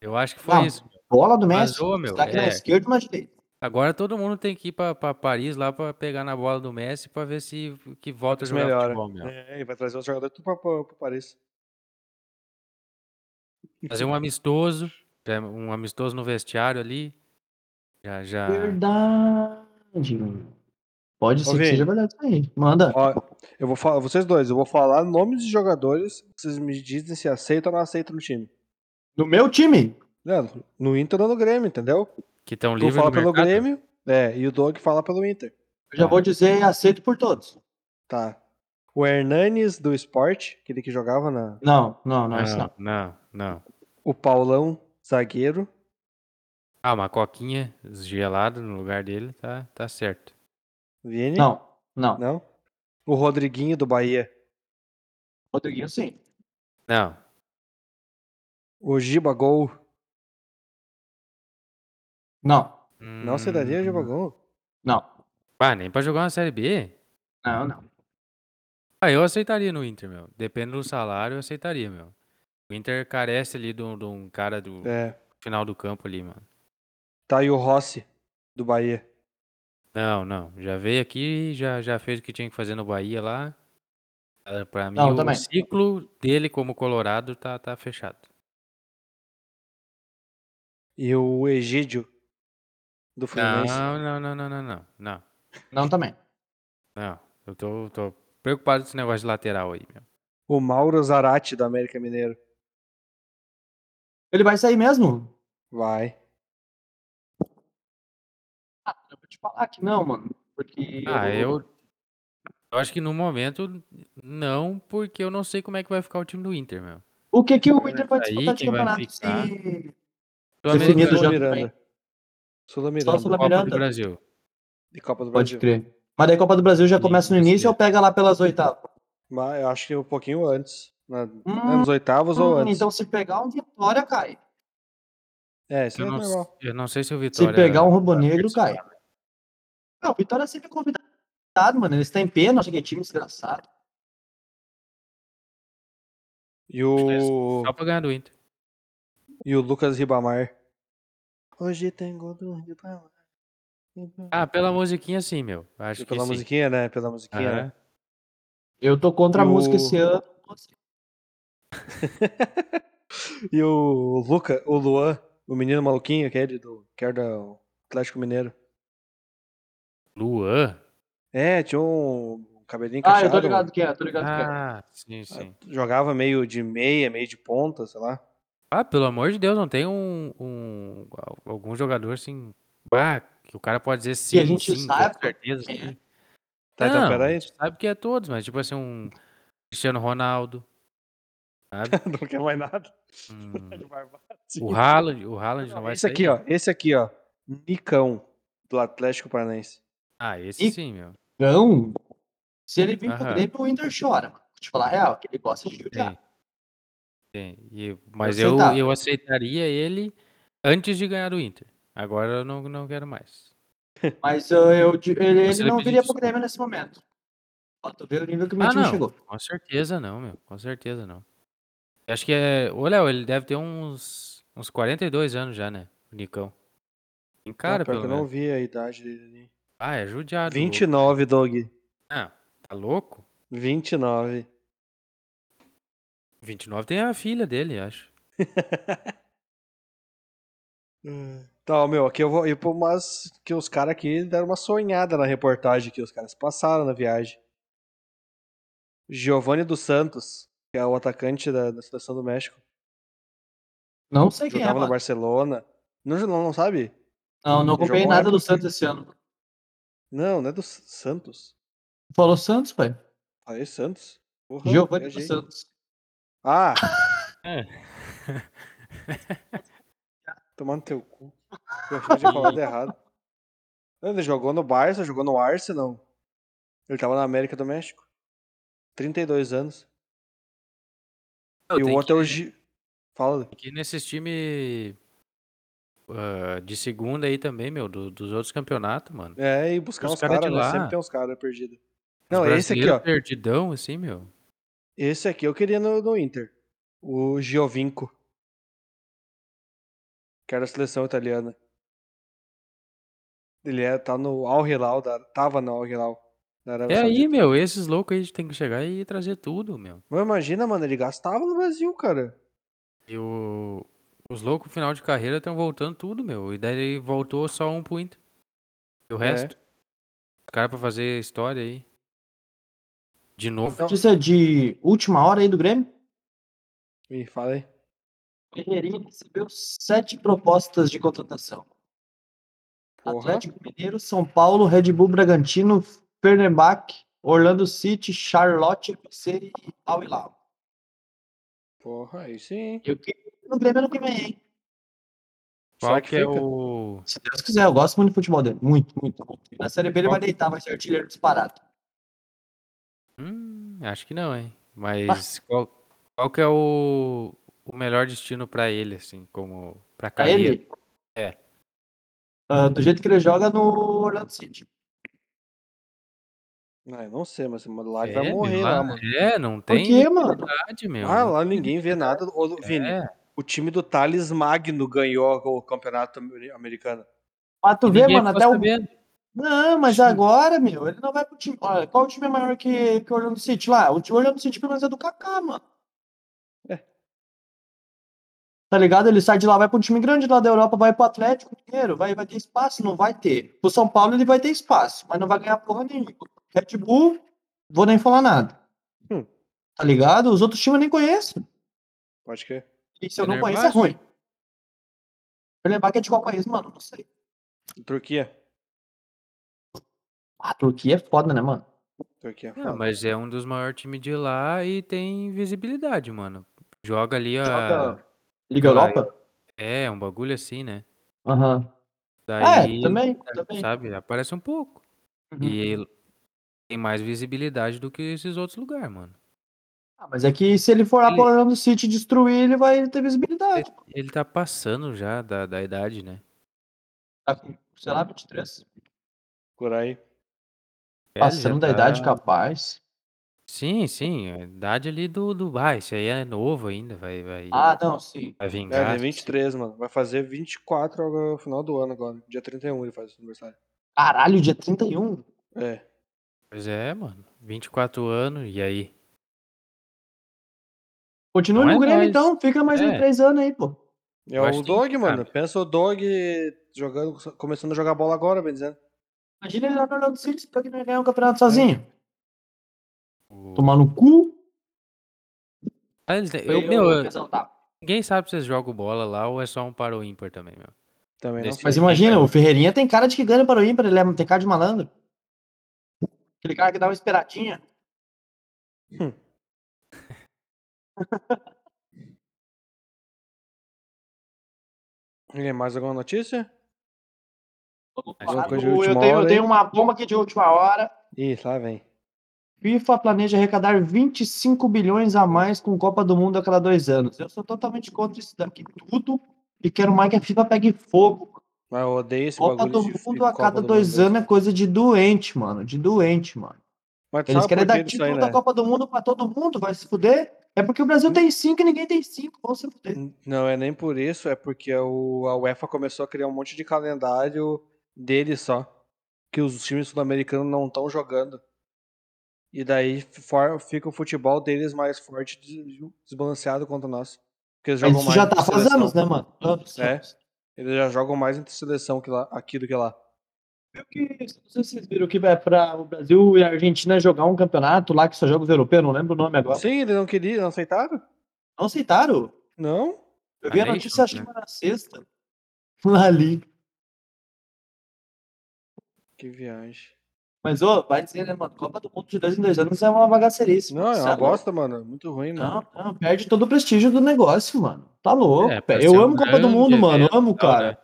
Speaker 1: Eu acho que foi
Speaker 3: Não,
Speaker 1: isso.
Speaker 3: Bola do Messi.
Speaker 1: Vazou, meu,
Speaker 3: Será que na
Speaker 1: é.
Speaker 3: esquerda ou na direita?
Speaker 1: Agora todo mundo tem que ir pra, pra Paris lá pra pegar na bola do Messi pra ver se que volta a
Speaker 2: Isso
Speaker 1: jogar
Speaker 2: melhora.
Speaker 1: futebol, meu.
Speaker 2: É, e vai trazer outro jogador tudo pra, pra, pra Paris.
Speaker 1: Fazer um amistoso, já- um amistoso no vestiário ali. Já, já.
Speaker 3: Verdade. Pode ser que
Speaker 2: Vini.
Speaker 3: seja verdade isso aí. Manda.
Speaker 2: Ó, eu vou falar, vocês dois, eu vou falar nomes de jogadores, vocês me dizem se aceita ou não aceita no time.
Speaker 3: No meu time,
Speaker 2: Leandro, no Inter ou no Grêmio, entendeu?
Speaker 1: Que estão
Speaker 2: Tu
Speaker 1: livres
Speaker 2: fala
Speaker 1: no
Speaker 2: pelo
Speaker 1: mercado.
Speaker 2: Grêmio, é, e o Doug fala pelo Inter.
Speaker 3: eu já
Speaker 1: Tá.
Speaker 3: vou dizer aceito por todos.
Speaker 2: Tá. O Hernanes do Sport, aquele que jogava na.
Speaker 3: Não, não, não, é isso
Speaker 1: Não,
Speaker 3: não.
Speaker 1: não, não.
Speaker 2: O Paulão, zagueiro.
Speaker 1: Ah, uma coquinha gelada no lugar dele, tá, tá certo.
Speaker 2: Vini?
Speaker 3: Não, não.
Speaker 2: Não? O Rodriguinho do Bahia.
Speaker 3: Rodriguinho sim.
Speaker 1: Não,
Speaker 2: O Giba Gol.
Speaker 3: Não,
Speaker 2: Não, você daria o Giba Gol?
Speaker 3: não,
Speaker 1: Hum. Ah, nem pra jogar uma Série B?
Speaker 3: não, não.
Speaker 1: Ah, eu aceitaria no Inter, meu. Depende do salário, eu aceitaria, meu. O Inter carece ali de um, de um cara do
Speaker 2: É.
Speaker 1: final do campo ali, mano.
Speaker 2: Tá, e o Rossi do Bahia.
Speaker 1: Não, não. Já veio aqui, já, já fez o que tinha que fazer no Bahia lá. Ah, Pra mim,
Speaker 3: Não,
Speaker 1: o
Speaker 3: também.
Speaker 1: ciclo dele como Colorado tá, tá fechado.
Speaker 2: E o Egídio do Fluminense.
Speaker 1: Não, não, não, não, não, não. Não,
Speaker 3: Não também.
Speaker 1: não. Eu tô, tô preocupado com esse negócio de lateral aí, meu.
Speaker 2: O Mauro Zarate do América Mineiro.
Speaker 3: Ele vai sair mesmo?
Speaker 2: Vai.
Speaker 3: Ah, eu vou te falar que não, mano. Porque.
Speaker 1: Ah, eu. Eu acho que no momento, não, porque eu não sei como é que vai ficar o time do Inter, meu.
Speaker 3: O que, que o Inter vai
Speaker 1: Sair,
Speaker 3: disputar de
Speaker 1: quem vai
Speaker 3: campeonato se
Speaker 1: ficar?
Speaker 3: definido
Speaker 1: Sul-Americano,
Speaker 3: já
Speaker 2: Miranda.
Speaker 3: também?
Speaker 2: Sula
Speaker 3: Só
Speaker 2: Miranda.
Speaker 3: o Sula
Speaker 1: Copa do
Speaker 3: Miranda?
Speaker 1: Brasil.
Speaker 2: E Copa do
Speaker 3: Pode
Speaker 2: Brasil.
Speaker 3: crer. Mas daí a Copa do Brasil já
Speaker 1: Sim,
Speaker 3: começa no
Speaker 1: pode
Speaker 3: início
Speaker 1: crer.
Speaker 3: ou pega lá pelas oitavas?
Speaker 2: Mas eu acho que um pouquinho antes. Na, né,
Speaker 3: Hum,
Speaker 2: nos oitavos ou
Speaker 3: Hum,
Speaker 2: antes.
Speaker 3: então se pegar um Vitória, cai.
Speaker 2: É, isso
Speaker 1: Eu
Speaker 2: é
Speaker 1: não,
Speaker 2: normal.
Speaker 1: eu não sei se o
Speaker 3: Se
Speaker 1: Vitória.
Speaker 3: pegar um roubo negro,
Speaker 1: participar,
Speaker 3: cai. Não, o Vitória é sempre convidado, mano. Eles têm pena, acho que é time desgraçado.
Speaker 2: E o,
Speaker 1: é Só pra ganhar do Inter.
Speaker 2: e o Lucas Ribamar. Hoje tem gol do Ribamar.
Speaker 1: Ah, pela musiquinha sim, meu. Acho que
Speaker 2: Pela
Speaker 1: sim. Ah,
Speaker 2: musiquinha, né? Pela musiquinha,
Speaker 1: Aham.
Speaker 2: né?
Speaker 3: Eu tô contra a
Speaker 2: E o-
Speaker 3: música esse ano.
Speaker 2: E o Luca, o Luan, o menino maluquinho que é de- do, que era do Atlético Mineiro.
Speaker 1: Luan?
Speaker 2: É, tinha um cabelinho
Speaker 3: Ah, eu
Speaker 2: cacheado.
Speaker 3: tô ligado que é, tô ligado que é.
Speaker 1: Ah, sim, sim.
Speaker 2: Jogava meio de meia, meio de ponta, sei lá.
Speaker 1: Ah, pelo amor de Deus, não tem um, um- al- algum jogador assim. Ah, que o cara pode dizer sim,
Speaker 3: a gente
Speaker 1: sim,
Speaker 3: saiba
Speaker 1: com certeza.
Speaker 3: quem é.
Speaker 1: sim.
Speaker 2: Tá, então,
Speaker 1: Não,
Speaker 2: pera
Speaker 1: a
Speaker 2: aí. (laughs)
Speaker 1: gente sabe que é todos, mas tipo assim, um Cristiano Ronaldo,
Speaker 2: (laughs)
Speaker 1: sabe?
Speaker 2: Não quer mais nada.
Speaker 1: Um-
Speaker 2: de barbado.
Speaker 1: o Haaland, o Haaland não vai
Speaker 2: Esse
Speaker 1: sair. né?
Speaker 2: aqui, ó. Esse aqui, ó. Nicão, do Atlético Paranaense.
Speaker 1: Ah, esse
Speaker 3: E-
Speaker 1: sim, meu.
Speaker 3: Não. Se ele vir pro
Speaker 1: Aham.
Speaker 3: Grêmio, o Inter chora, mano. Vou te falar a real, que ele gosta de jogar.
Speaker 1: Sim. Sim. E- mas eu,
Speaker 3: aceitava.
Speaker 1: eu aceitaria ele antes de ganhar o Inter. Agora eu não, não quero mais.
Speaker 3: Mas eu, eu di- ele,
Speaker 1: Você vai
Speaker 3: ele não
Speaker 1: pedir
Speaker 3: viria pro
Speaker 1: desculpa.
Speaker 3: Grêmio nesse momento. Ó, tu vê o nível que o meu
Speaker 1: Ah,
Speaker 3: time
Speaker 1: não.
Speaker 3: chegou.
Speaker 1: Com certeza não, meu. Com certeza não. Eu Acho que é. Ô, Léo, ele deve ter uns, uns 42 anos já, né? O Nicão. Encara,
Speaker 2: Ah, pior
Speaker 1: pelo
Speaker 2: que eu não
Speaker 1: menos.
Speaker 2: vi a idade dele ali.
Speaker 1: Ah, é judiado. o-
Speaker 2: 29, Dog.
Speaker 1: Ah, tá louco?
Speaker 2: 29.
Speaker 1: 29 tem a filha dele, acho.
Speaker 3: Hum.
Speaker 2: Tá, ó, meu, aqui eu vou ir por umas que os caras aqui deram uma sonhada na reportagem que os caras passaram na viagem. Giovanni dos Santos, que é o atacante da, da seleção do México,
Speaker 3: Não sei quem é,
Speaker 2: jogava no
Speaker 3: mano.
Speaker 2: Barcelona. Não, não, não sabe?
Speaker 3: Não, não
Speaker 2: Ele
Speaker 3: acompanhei
Speaker 2: jogou
Speaker 3: nada
Speaker 2: uma
Speaker 3: do Santos esse ano.
Speaker 2: Não, não é do S- Santos.
Speaker 3: Falou Santos, pai.
Speaker 2: Falei Santos. Porra,
Speaker 3: Giovanni
Speaker 2: Uhum. viajei.
Speaker 3: dos Santos.
Speaker 2: Ah!
Speaker 1: É.
Speaker 2: (laughs) Tomando teu cu. Eu achei que eu tinha falado errado. Ele jogou no Barça, jogou no Arsenal. Ele tava na América do México. 32 anos.
Speaker 1: Não,
Speaker 2: e o
Speaker 1: tem
Speaker 2: outro é o
Speaker 1: que,
Speaker 2: Gi... Fala.
Speaker 1: tem que ir nesses times de segunda aí também, meu, do- dos outros campeonatos, mano.
Speaker 2: É, e buscar
Speaker 1: Os
Speaker 2: uns
Speaker 1: cara
Speaker 2: caras,
Speaker 1: de
Speaker 2: né?
Speaker 1: lá.
Speaker 2: Sempre tem uns caras perdidos.
Speaker 1: Os
Speaker 2: Não, esse aqui,
Speaker 1: brasileiros
Speaker 2: ó.
Speaker 1: perdidão, assim, meu.
Speaker 2: Esse aqui eu queria no, no Inter. O Giovinco. Que era da seleção italiana. Ele é, tá no Al Hilal, da, tava no Al Hilal. Da Arábia
Speaker 1: É aí,
Speaker 2: Saudita.
Speaker 1: meu, esses loucos aí tem que chegar e trazer tudo, meu.
Speaker 2: Mas imagina, mano, ele gastava no Brasil, cara.
Speaker 1: E o- os loucos final de carreira estão voltando tudo, meu. E daí voltou só um pro Inter. E o
Speaker 2: É.
Speaker 1: resto? Os caras pra fazer história aí. De
Speaker 2: Então,
Speaker 1: novo.
Speaker 3: Notícia de última hora aí do Grêmio.
Speaker 2: Me fala aí.
Speaker 3: Ferreirinha recebeu sete propostas de contratação.
Speaker 2: Porra.
Speaker 3: Atlético Mineiro, São Paulo, Red Bull Bragantino, Fenerbahçe, Orlando City, Charlotte FC e Al Hilal.
Speaker 2: Porra, aí sim.
Speaker 3: Eu queria ir no Grêmio ano que vem, hein?
Speaker 1: Qual
Speaker 2: Será
Speaker 1: que,
Speaker 2: que
Speaker 1: é
Speaker 2: fica?
Speaker 1: o.
Speaker 3: Se Deus quiser, eu gosto muito do futebol dele. Muito, muito, muito. Na Série B ele vai deitar, vai ser artilheiro disparado.
Speaker 1: Hum, acho que não, hein? Mas qual, qual que é o, o melhor destino pra ele, assim, como. Pra
Speaker 3: Pra
Speaker 1: carreira?
Speaker 3: ele?
Speaker 1: É.
Speaker 3: Ah, do jeito que ele joga no Orlando City.
Speaker 2: Ah, eu não sei, mas lá ele
Speaker 1: É,
Speaker 2: vai
Speaker 1: meu,
Speaker 2: morrer lá, mano.
Speaker 1: É, não
Speaker 3: Por
Speaker 1: tem
Speaker 3: quê, mano?
Speaker 1: idade, meu.
Speaker 2: Ah,
Speaker 1: não
Speaker 2: lá
Speaker 1: tem um
Speaker 2: ninguém vê nada. Ô, Lu- Vini,
Speaker 1: É.
Speaker 2: o time do Thales Magno ganhou o campeonato amer- americano.
Speaker 3: Mas tu
Speaker 1: E
Speaker 3: vê,
Speaker 1: ninguém
Speaker 3: mano,
Speaker 1: ficou
Speaker 3: até o.
Speaker 1: sabendo.
Speaker 3: Não, mas agora, meu, ele não vai pro time. Olha, qual time é maior que, que o Orlando City lá? O time- o Orlando City pelo menos é do Kaká, mano.
Speaker 2: É.
Speaker 3: Tá ligado? Ele sai de lá, vai pro time grande lá da Europa, vai pro Atlético Mineiro, vai, vai ter espaço? Não vai ter. Pro São Paulo ele vai ter espaço, mas não vai ganhar porra nenhuma. Red Bull, vou nem falar nada.
Speaker 2: Hum.
Speaker 3: Tá ligado? Os outros times eu nem conheço.
Speaker 2: Pode crer.
Speaker 3: E se eu não
Speaker 1: Fenerbahçe?
Speaker 3: conheço, é ruim. Fenerbahçe é de qual país, mano? Não sei.
Speaker 2: Turquia.
Speaker 3: Ah, Turquia é foda, né, mano?
Speaker 2: Turquia.
Speaker 1: Ah,
Speaker 2: fala.
Speaker 1: mas é um dos maiores times de lá e tem visibilidade, mano. Joga ali a.
Speaker 3: Joga Liga
Speaker 1: aquela-
Speaker 3: Europa?
Speaker 1: É, um bagulho assim, né?
Speaker 3: Aham.
Speaker 1: Daí,
Speaker 3: É, também, também.
Speaker 1: sabe, aparece um pouco.
Speaker 3: Uhum.
Speaker 1: E tem mais visibilidade do que esses outros lugares, mano.
Speaker 3: Ah, mas é que se ele for lá
Speaker 1: Ele-
Speaker 3: pro Orlando City e destruir, ele vai ter visibilidade.
Speaker 1: Ele tá passando já da, da idade, né?
Speaker 3: Tá com, sei lá, 23.
Speaker 2: Por aí.
Speaker 1: É, ele
Speaker 3: Passando
Speaker 1: já
Speaker 3: da idade,
Speaker 1: tá-
Speaker 3: capaz.
Speaker 1: Sim, sim, é a idade ali do Dubai. Esse aí é novo ainda, vai, vai,
Speaker 3: Ah, né, não, sim.
Speaker 1: vai
Speaker 2: É, ele
Speaker 1: vingar.
Speaker 2: é 23, mano. Vai fazer 24 agora no final do ano agora. Dia 31 ele um faz esse aniversário.
Speaker 3: Caralho, dia 31?
Speaker 2: É.
Speaker 1: Pois é, mano. 24 anos, e aí?
Speaker 3: Continua
Speaker 1: Não é
Speaker 3: no Grêmio,
Speaker 1: nóis.
Speaker 3: então. Fica mais uns
Speaker 1: É.
Speaker 3: três anos aí, pô.
Speaker 2: É
Speaker 1: Eu acho
Speaker 2: o
Speaker 1: que
Speaker 2: Dog,
Speaker 1: sabe.
Speaker 2: mano. Pensa o Dog jogando, começando a jogar bola agora, bem dizendo.
Speaker 3: Imagina ele lá no Orlando City, pra que não ganhar um campeonato sozinho.
Speaker 1: O-
Speaker 3: Tomar no cu.
Speaker 1: Ah, eles têm-
Speaker 3: Foi
Speaker 1: eu- meu,
Speaker 3: o
Speaker 1: eu-
Speaker 3: pessoal tá.
Speaker 1: ninguém sabe se eles jogam bola lá ou é só um para o ímpar também, meu.
Speaker 2: Também não
Speaker 1: Desse-
Speaker 2: sei.
Speaker 3: Mas imagina, o Ferreirinha tem cara de que ganha para o ímpar, ele é, tem cara de malandro. Aquele cara que dá uma esperadinha.
Speaker 2: Hum. E mais alguma notícia?
Speaker 3: Vamos
Speaker 1: Mas
Speaker 3: falar
Speaker 1: uma
Speaker 2: coisa
Speaker 3: do-
Speaker 2: de última
Speaker 3: eu, tenho, eu
Speaker 2: hora,
Speaker 3: tenho
Speaker 2: hein?
Speaker 3: uma bomba aqui de última hora.
Speaker 2: Ih, lá vem.
Speaker 3: FIFA planeja arrecadar 25 bilhões a mais com Copa do Mundo a cada dois anos. Eu sou totalmente contra isso daqui tudo e quero mais que a FIFA pegue fogo.
Speaker 2: Mas eu odeio esse
Speaker 3: Copa
Speaker 2: bagulho
Speaker 3: do
Speaker 2: de fi-
Speaker 3: Mundo a
Speaker 2: Copa
Speaker 3: cada
Speaker 2: do
Speaker 3: dois
Speaker 2: Mundo.
Speaker 3: anos é coisa de doente, mano. De doente, mano.
Speaker 2: Mas tu
Speaker 3: Eles
Speaker 2: sabe
Speaker 3: querem
Speaker 2: por que
Speaker 3: dar
Speaker 2: disso
Speaker 3: título
Speaker 2: aí,
Speaker 3: da
Speaker 2: né?
Speaker 3: Copa do Mundo pra todo mundo, vai se fuder. É porque o Brasil tem cinco e ninguém tem cinco. Vão se fuder.
Speaker 2: Não é nem por isso, é porque o, a UEFA começou a criar um monte de calendário dele só. Que os times sul-americanos não estão jogando. E daí for- fica o futebol deles mais forte, des- desbalanceado contra o nosso. Porque eles
Speaker 3: Mas
Speaker 2: jogam
Speaker 3: isso
Speaker 2: mais
Speaker 3: já
Speaker 2: entre
Speaker 3: tá faz
Speaker 2: seleção.
Speaker 3: anos, né, mano? Anos,
Speaker 2: É.
Speaker 3: anos.
Speaker 2: Eles já jogam mais entre seleção que lá, aqui do que lá.
Speaker 3: Viu que, não sei se vocês viram que vai pra o Brasil e a Argentina jogar um campeonato lá que só joga os europeus, não lembro o nome agora.
Speaker 2: Sim, eles não queriam, não aceitaram?
Speaker 3: Não aceitaram?
Speaker 2: Não?
Speaker 3: Eu vi a
Speaker 1: Aí,
Speaker 3: notícia, acho
Speaker 1: né?
Speaker 3: que foi na sexta. (laughs) Lá ali.
Speaker 2: Que viagem.
Speaker 3: Mas, ô, vai dizer, né, mano? Copa do Mundo de dois em dois anos é uma bagaceríssima.
Speaker 2: Não, é
Speaker 3: Cê
Speaker 2: uma
Speaker 3: louco.
Speaker 2: bosta, mano. Muito ruim, né? mano.
Speaker 3: Não, não, perde todo o prestígio do negócio, mano. Tá louco,
Speaker 1: É, pra
Speaker 3: velho.
Speaker 1: ser
Speaker 3: Eu
Speaker 1: um
Speaker 3: amo Copa do
Speaker 1: grande
Speaker 3: Mundo, mano.
Speaker 1: evento né?
Speaker 3: Eu amo,
Speaker 1: e tal, né?
Speaker 3: cara.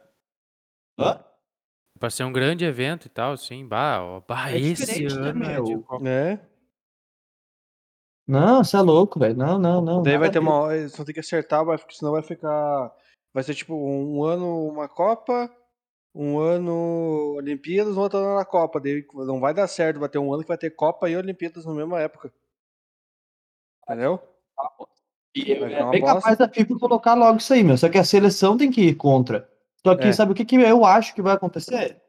Speaker 3: Hã?
Speaker 1: Pra ser um grande evento e tal, assim, bah, ó, bah,
Speaker 3: É
Speaker 1: esse
Speaker 3: diferente, né,
Speaker 1: ano é de
Speaker 3: meu?
Speaker 1: Copa.
Speaker 2: É.
Speaker 3: Não, você é louco, velho. Não, não, não.
Speaker 2: Daí vai
Speaker 3: nada
Speaker 2: ter
Speaker 3: disso.
Speaker 2: uma hora, eles vão ter que acertar, vai- porque senão vai ficar. Vai ser tipo um ano uma Copa, um ano Olimpíadas, um outro ano na Copa. Daí não vai dar certo, vai ter um ano que vai ter Copa e Olimpíadas na mesma época. Entendeu?
Speaker 3: E eu-
Speaker 2: Vai ficar
Speaker 3: é
Speaker 2: uma
Speaker 3: bem
Speaker 2: bosta.
Speaker 3: capaz da FIFA colocar logo isso aí, meu. Só que a seleção tem que ir contra. Só que
Speaker 2: É.
Speaker 3: sabe o que, que eu acho que vai acontecer?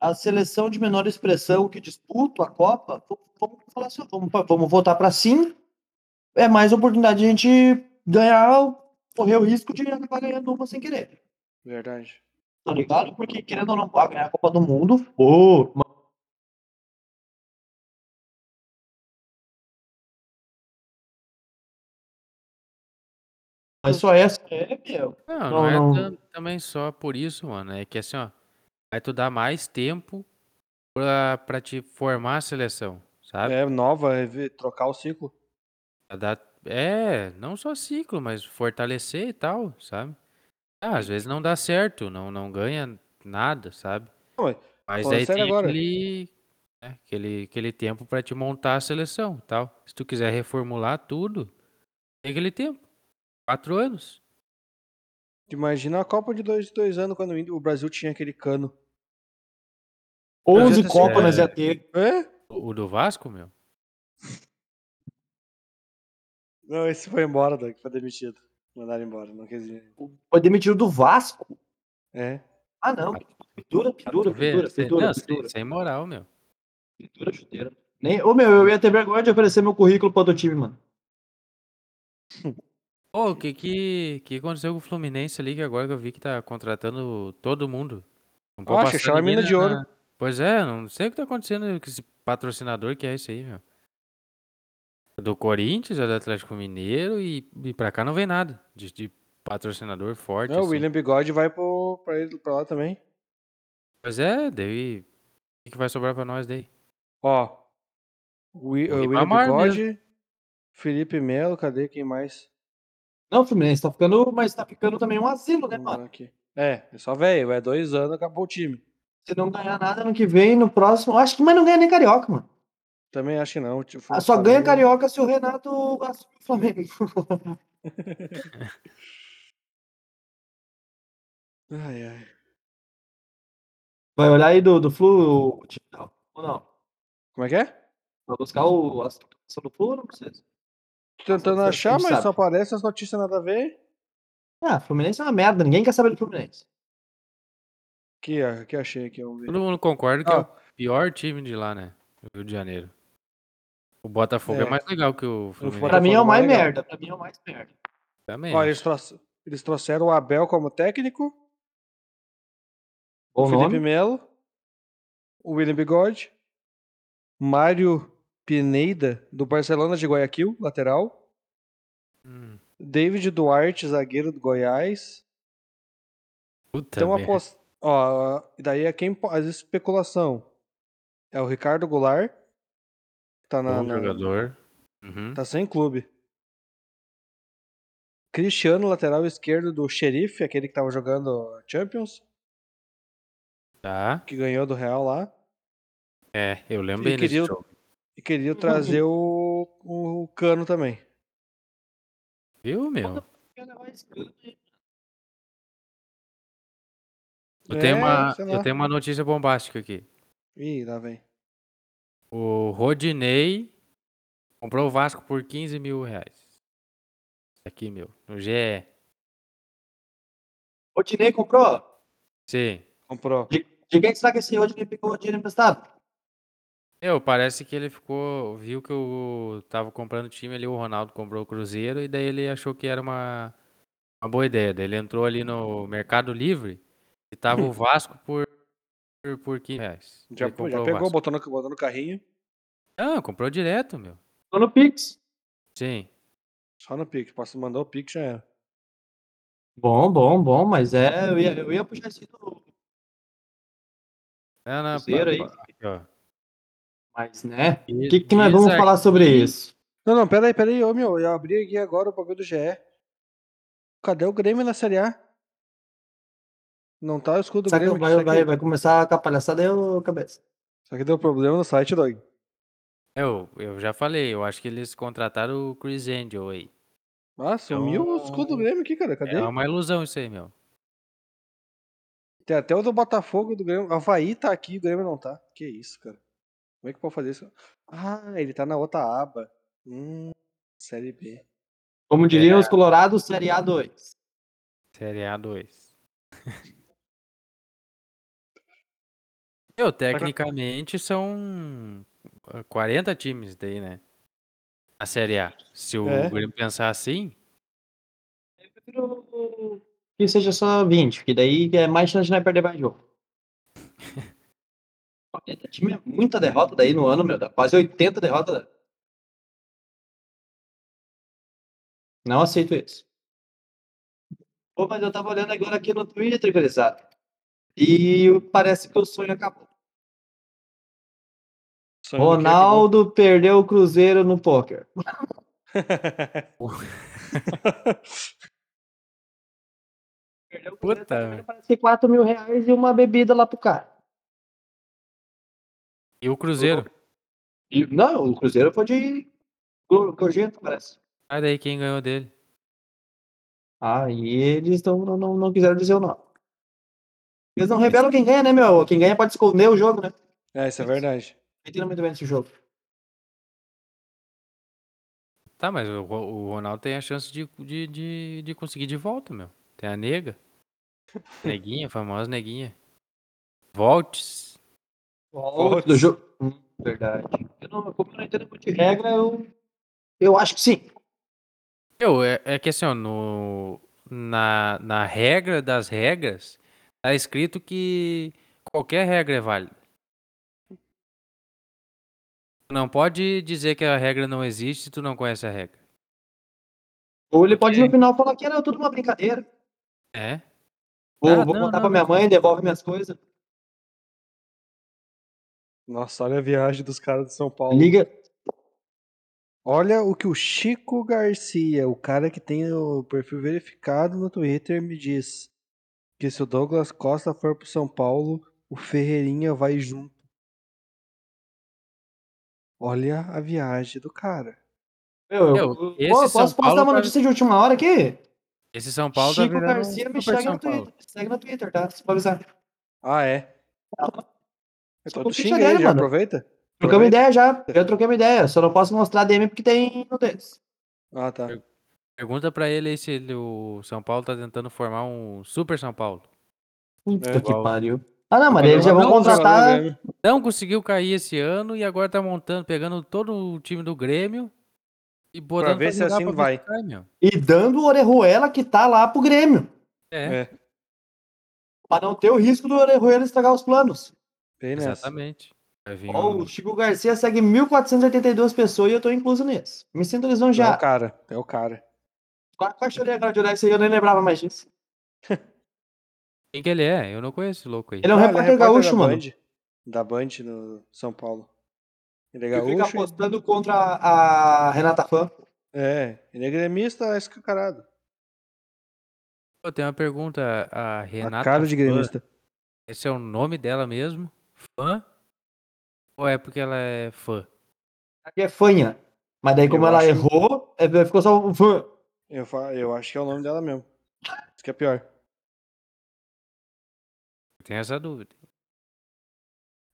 Speaker 3: A seleção de menor expressão que disputa a Copa, v- vamos, falar assim, vamos, vamos voltar para sim. É mais oportunidade de a gente ganhar, correr o risco de acabar ganhando uma sem querer.
Speaker 2: Verdade.
Speaker 3: Tá ligado? Porque querendo ou não, vai ganhar a Copa do Mundo. Pô, ma- mas só essa é, meu.
Speaker 1: Não, não,
Speaker 3: Não,
Speaker 1: é
Speaker 3: não.
Speaker 1: tam- também só por isso, mano. É que assim, ó, vai tu dar mais tempo pra, pra te formar a seleção, sabe?
Speaker 2: É nova, é ver- trocar o ciclo.
Speaker 1: Pra dar- É, não só ciclo, mas fortalecer e tal, sabe? Ah, às vezes não dá certo, não, não ganha nada, sabe?
Speaker 2: Não, mas
Speaker 1: Mas
Speaker 2: falando
Speaker 1: aí
Speaker 2: sério
Speaker 1: tem
Speaker 2: agora.
Speaker 1: aquele, né, aquele, aquele tempo pra te montar a seleção, tal. Se tu quiser reformular tudo, tem aquele tempo. Quatro anos.
Speaker 2: Imagina a Copa de dois, dois anos quando o Índio- o Brasil tinha aquele cano.
Speaker 3: 11
Speaker 2: Projeto
Speaker 3: Copas
Speaker 1: assim,
Speaker 3: nós
Speaker 1: é.
Speaker 3: ia ter.
Speaker 2: É?
Speaker 1: O o do Vasco, meu.
Speaker 2: Não, esse foi embora, Doug, foi demitido. Mandaram embora, não quis ir.
Speaker 3: Foi demitido do Vasco.
Speaker 2: É.
Speaker 3: Ah, não. Pendura, pendura,
Speaker 1: Tu vê?
Speaker 3: pendura,
Speaker 1: Sem-
Speaker 3: pendura,
Speaker 1: não, sem-
Speaker 3: pendura.
Speaker 1: Sem moral, meu.
Speaker 3: Pintura chuteira. Nem, ô, meu, eu ia ter vergonha de oferecer meu currículo para outro time, mano.
Speaker 1: Ô, o que, que que aconteceu com o Fluminense ali que agora que eu vi que tá contratando todo mundo? Não
Speaker 2: Ah, chama a mina de ouro.
Speaker 1: na- né? Pois é, não sei o que tá acontecendo com esse patrocinador que é esse aí, meu. Do Corinthians, é do Atlético Mineiro e, e pra cá não vem nada de, de patrocinador forte.
Speaker 2: Não, o
Speaker 1: assim.
Speaker 2: William Bigode vai pro, pra, ele, pra lá também.
Speaker 1: Pois é, daí. O que, que vai sobrar pra nós daí?
Speaker 2: Ó, Wi-
Speaker 1: O
Speaker 2: o William
Speaker 1: Ribamar
Speaker 2: Bigode, Felipe Melo, cadê quem mais?
Speaker 3: Não, o Fluminense tá ficando, mas tá ficando também um asilo, né,
Speaker 2: Vamos
Speaker 3: mano?
Speaker 2: lá aqui. É, é só velho, é dois anos, acabou o time.
Speaker 3: Se não ganhar nada ano que vem, no próximo. Acho que mas não ganha nem carioca, mano.
Speaker 2: Também acho que não. tipo,
Speaker 3: Ah, Só
Speaker 2: Flamengo-
Speaker 3: ganha carioca se o Renato assumir o Flamengo.
Speaker 2: Ai, ai.
Speaker 3: Vai olhar aí do, do Flu o time tal, ou não?
Speaker 2: Como é que é?
Speaker 3: Vai buscar o, a situação do Flu ou não precisa?
Speaker 2: Tô tentando
Speaker 3: Nossa,
Speaker 2: achar,
Speaker 3: quem
Speaker 2: mas
Speaker 3: sabe?
Speaker 2: só aparece as notícias nada a ver.
Speaker 3: Ah, Fluminense é uma merda, ninguém quer saber do Fluminense.
Speaker 2: Aqui, ó, aqui achei aqui, vamos ver.
Speaker 1: Todo mundo concorda que é
Speaker 2: Ah.
Speaker 1: o pior time de lá, né? Do Rio de Janeiro. O Botafogo é,
Speaker 2: É.
Speaker 1: mais legal que o Fluminense
Speaker 2: Botafogo
Speaker 3: Pra mim é o mais
Speaker 2: legal.
Speaker 3: merda. Pra mim é o mais merda.
Speaker 1: também.
Speaker 2: Ó, eles, troux- eles trouxeram o Abel como técnico,
Speaker 3: Bom
Speaker 2: o Felipe
Speaker 3: nome.
Speaker 2: Melo, o William Bigode, Mário Pineda, do Barcelona de Guayaquil, lateral,
Speaker 1: Hum,
Speaker 2: David Duarte, zagueiro do Goiás,
Speaker 1: puta
Speaker 2: Então
Speaker 1: merda.
Speaker 2: apost... ó, e daí é quem po- as especulação é o Ricardo Goulart, que tá na,
Speaker 1: Bom
Speaker 2: na-
Speaker 1: jogador. né? Uhum.
Speaker 2: tá sem clube. Cristiano, lateral esquerdo do Xerife, aquele que tava jogando Champions,
Speaker 1: Tá.
Speaker 2: que ganhou do Real lá,
Speaker 1: É, eu lembro
Speaker 2: E
Speaker 1: bem desse
Speaker 2: queria o-
Speaker 1: jogo.
Speaker 2: e queria trazer o, o Cano também.
Speaker 1: Viu, meu? Eu,
Speaker 2: É,
Speaker 1: tenho uma,
Speaker 2: sei lá.
Speaker 1: eu tenho uma notícia bombástica aqui.
Speaker 2: Ih, lá vem.
Speaker 1: O Rodinei comprou o Vasco por 15 mil reais. Aqui, meu. No GE.
Speaker 3: Rodinei comprou?
Speaker 1: Sim.
Speaker 2: Comprou.
Speaker 3: De quem será que esse Rodinei pegou o dinheiro emprestado?
Speaker 1: Eu, parece que ele ficou. Viu que eu tava comprando time ali, o Ronaldo comprou o Cruzeiro, e daí ele achou que era uma, uma boa ideia. Daí ele entrou ali no Mercado Livre e tava
Speaker 3: Hum.
Speaker 1: o Vasco por, por, por 15 reais.
Speaker 2: Já,
Speaker 1: Ele
Speaker 2: já
Speaker 1: comprou o
Speaker 2: pegou,
Speaker 1: Vasco.
Speaker 2: botou no, botou no carrinho,
Speaker 1: Não, comprou direto, meu.
Speaker 3: Tô no Pix.
Speaker 1: Sim.
Speaker 2: só no Pix. Posso mandar o Pix, já era.
Speaker 3: Bom, bom, bom, mas é. Eu ia, eu ia puxar esse do
Speaker 1: Não,
Speaker 2: Ah,
Speaker 1: não,
Speaker 3: Cruzeiro aí,
Speaker 1: aqui, ó.
Speaker 3: mas né?
Speaker 1: E
Speaker 3: O que, que nós
Speaker 1: diz
Speaker 3: vamos
Speaker 1: aqui-
Speaker 3: falar sobre isso?
Speaker 2: Não, não, peraí, peraí, ô meu, eu abri aqui agora o bagulho do GE. Cadê o Grêmio na Série A? Não tá o escudo do
Speaker 3: Será
Speaker 2: Grêmio.
Speaker 3: que
Speaker 2: aqui,
Speaker 3: vai,
Speaker 2: Isso
Speaker 3: vai,
Speaker 2: aqui,
Speaker 3: vai começar com a palhaçada aí, ô cabeça?
Speaker 2: isso aqui deu problema no site, Dog.
Speaker 1: Eu, eu já falei, eu acho que eles contrataram o Chris Angel aí.
Speaker 2: Ah, sumiu o escudo do Grêmio aqui, cara. Cadê?
Speaker 1: Então, É uma ilusão isso aí, meu.
Speaker 2: Tem até o do Botafogo do Grêmio. Havaí tá aqui, o Grêmio não tá. Que isso, cara. Como é que pode fazer isso? Ah, ele tá na outra aba. Hum, Série B.
Speaker 3: Como diriam os Colorados, Série A2.
Speaker 1: Série A2. Eu, tecnicamente, são ah, 40 times daí, né? A Série A. Se o
Speaker 2: É.
Speaker 1: Grêmio pensar assim,
Speaker 3: Eu prefiro que seja só 20, porque daí é mais chance de nós perder mais (laughs) jogo. 40 time é muita derrota daí no ano, meu. Dá quase 80 derrotas. Não aceito isso. Pô, mas eu tava olhando agora aqui no Twitter, gurizada. E parece que o sonho acabou.
Speaker 2: Sonho do Grêmio acabou.
Speaker 3: Ronaldo perdeu o Cruzeiro no pôquer. Perdeu o Cruzeiro,
Speaker 1: Puta.
Speaker 3: tá devendo, Parece que 4 mil reais e uma bebida lá pro cara.
Speaker 1: e o Cruzeiro?
Speaker 3: E- não, o Cruzeiro foi de go- gorjeta, parece.
Speaker 1: Ah, daí quem ganhou dele?
Speaker 3: Ah, e eles não, não, não, não quiseram dizer o nome. Eles não revelam quem ganha, né, meu? Quem ganha pode esconder o jogo, né?
Speaker 2: É, isso é verdade.
Speaker 3: Entendo muito bem esse jogo.
Speaker 1: Tá, mas o, Ro- o Ronaldo tem a chance de, de, de, de conseguir de volta, meu. Tem a nega. Neguinha, famosa neguinha. Voltes.
Speaker 2: Putz.
Speaker 3: Do jogo. Hum, verdade. Eu não, como eu não entendo muito de regra, eu, eu acho que sim.
Speaker 1: Eu, é, é que assim, ó, no, na, na regra das regras, tá escrito que qualquer regra é válida. Tu não pode dizer que a regra não existe se tu não conhece a regra.
Speaker 3: Ou ele pode no final falar que era tudo uma brincadeira.
Speaker 1: É?
Speaker 3: Ou
Speaker 1: Ah,
Speaker 3: vou
Speaker 1: não,
Speaker 3: contar
Speaker 1: não,
Speaker 3: pra minha mãe, devolve minhas coisas.
Speaker 2: Nossa, olha a viagem dos caras de São Paulo.
Speaker 3: Liga.
Speaker 2: Olha o que o Chico Garcia, o cara que tem o perfil verificado no Twitter, me diz. Que se o Douglas Costa for pro São Paulo, o Ferreirinha vai junto. Olha a viagem do cara.
Speaker 3: Eu,
Speaker 1: Meu,
Speaker 3: eu-
Speaker 1: esse
Speaker 3: Pô,
Speaker 1: São
Speaker 3: posso, posso
Speaker 1: Paulo
Speaker 3: dar uma
Speaker 1: tá-
Speaker 3: notícia de última hora aqui?
Speaker 1: Esse São Paulo tá
Speaker 3: Chico
Speaker 1: virando um
Speaker 3: Garcia me
Speaker 1: Super
Speaker 3: segue no
Speaker 1: São Paulo.
Speaker 3: Twitter. Segue no Twitter, tá? Só pra avisar.
Speaker 2: Ah, é?
Speaker 3: Só
Speaker 2: Então
Speaker 3: com
Speaker 2: tu
Speaker 3: o
Speaker 2: xinga
Speaker 3: Pichadele,
Speaker 2: ele, já
Speaker 3: mano.
Speaker 2: aproveita.
Speaker 3: Trocamos
Speaker 2: Aproveita.
Speaker 3: ideia já. Eu troquei uma ideia. Só não posso mostrar DM porque tem no deles.
Speaker 2: Ah, tá.
Speaker 1: Pergunta pra ele aí se ele- o São Paulo tá tentando formar um Super São Paulo.
Speaker 3: Puta
Speaker 2: É.
Speaker 3: que pariu. Ah, não, mas eles já vão
Speaker 2: Não, jogador do
Speaker 3: contratar.
Speaker 2: Grêmio.
Speaker 1: Não conseguiu cair esse ano e agora tá montando, pegando todo o time do Grêmio e botando
Speaker 2: ver se
Speaker 1: jogar
Speaker 2: assim
Speaker 1: ver
Speaker 2: vai.
Speaker 1: cai, meu.
Speaker 3: E dando o Orejuela que tá lá pro Grêmio.
Speaker 1: É,
Speaker 2: É,
Speaker 3: Pra não ter o risco do Orejuela estragar os planos.
Speaker 2: Bem nessa.
Speaker 1: exatamente. Vai vir
Speaker 3: Ó,
Speaker 1: um-
Speaker 3: o Chico Garcia segue 1.482 pessoas e eu tô incluso nisso. Me sinto
Speaker 2: É o
Speaker 3: lisonjeado.
Speaker 2: cara, é o cara.
Speaker 3: Quase que eu chorei agora de olhar isso aí, é eu nem lembrava mais disso.
Speaker 1: Quem que ele é? Eu não conheço esse louco aí.
Speaker 3: Ele é um
Speaker 2: Ah,
Speaker 3: repórter, gaúcho,
Speaker 2: da
Speaker 3: mano.
Speaker 2: Band, da Band no São Paulo. Ele é
Speaker 3: Que fica
Speaker 2: gaúcho.
Speaker 3: apostando contra a Renata Fã.
Speaker 2: É, ele é gremista escancarado.
Speaker 3: é
Speaker 1: Eu tenho uma pergunta. A Renata.
Speaker 2: a cara de
Speaker 1: Fã,
Speaker 2: gremista.
Speaker 1: Esse é o nome dela mesmo? Fã? Ou é porque ela é fã?
Speaker 3: Aqui é fanha. Mas daí, como
Speaker 2: Eu
Speaker 3: ela
Speaker 2: acho-
Speaker 3: errou, é- ficou só um fã.
Speaker 2: Eu, fa- eu acho que é o nome dela mesmo. Isso que é pior.
Speaker 1: Tem essa dúvida.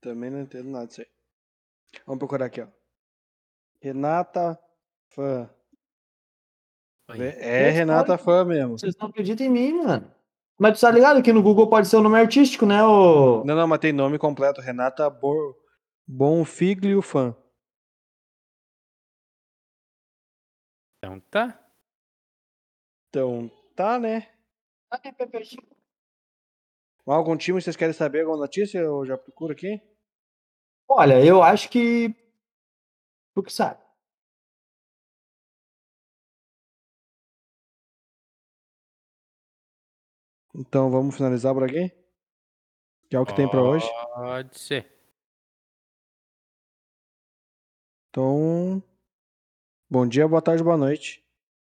Speaker 2: Também não entendo nada disso aí. Vamos procurar aqui, ó. Renata Fã.
Speaker 1: Fã.
Speaker 2: É Renata Fã mesmo.
Speaker 3: Vocês não acreditam em mim, mano. Mas tu tá ligado que no Google pode ser o nome artístico, né? O...
Speaker 2: Não, não, mas tem nome completo. Renata Bo... Bonfiglio Fã.
Speaker 1: Então tá.
Speaker 2: Então, tá, né?
Speaker 3: é
Speaker 2: Algum time vocês querem saber alguma notícia? Eu já procuro aqui.
Speaker 3: Olha, eu acho que. Tu que sabe.
Speaker 2: Então, vamos finalizar por aqui? Que é o que tem pra hoje.
Speaker 1: Pode ser.
Speaker 2: Então, bom dia, boa tarde, boa noite.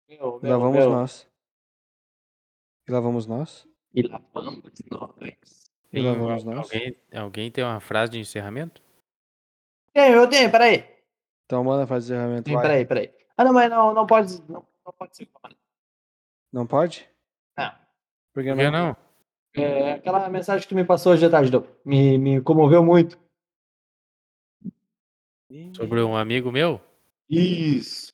Speaker 3: Meu,
Speaker 2: E
Speaker 3: meu,
Speaker 2: lá vamos
Speaker 3: meu.
Speaker 2: nós. E lá vamos nós.
Speaker 3: E lá vamos nós.
Speaker 2: E lá
Speaker 1: Tem
Speaker 2: vamos
Speaker 1: al-
Speaker 2: nós.
Speaker 1: alguém, alguém tem uma frase de encerramento?
Speaker 3: Tem, É, eu tenho, peraí.
Speaker 2: Então, manda fazer ferramenta
Speaker 3: Tem,
Speaker 2: lá.
Speaker 3: peraí, peraí. Ah, não, mas não, não pode. Não, não pode ser.
Speaker 2: Não pode?
Speaker 3: Não.
Speaker 2: Por que
Speaker 1: Por que não?
Speaker 3: É, aquela mensagem que tu me passou hoje à tarde, Dom, me, me comoveu muito.
Speaker 1: Sobre um amigo meu?
Speaker 3: Isso.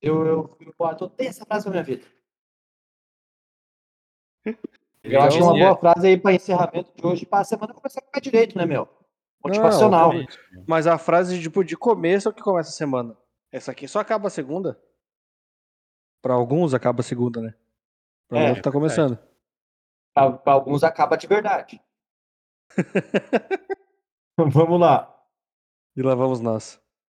Speaker 3: Eu, eu, eu boto toda essa frase pra minha vida. Eu
Speaker 1: Ele
Speaker 3: acho uma
Speaker 1: dizia-
Speaker 3: boa frase aí pra encerramento de hoje, pra semana começar com o pé direito, né, meu? Motivacional.
Speaker 2: Não, Mas a frase tipo, de começo é o que começa a semana. Essa aqui só acaba a segunda. Pra alguns acaba a segunda, né? Pra
Speaker 3: É,
Speaker 2: outros tá
Speaker 1: é verdade.
Speaker 2: começando.
Speaker 3: Pra, pra alguns acaba de verdade. Vamos lá.
Speaker 2: E lá vamos nós.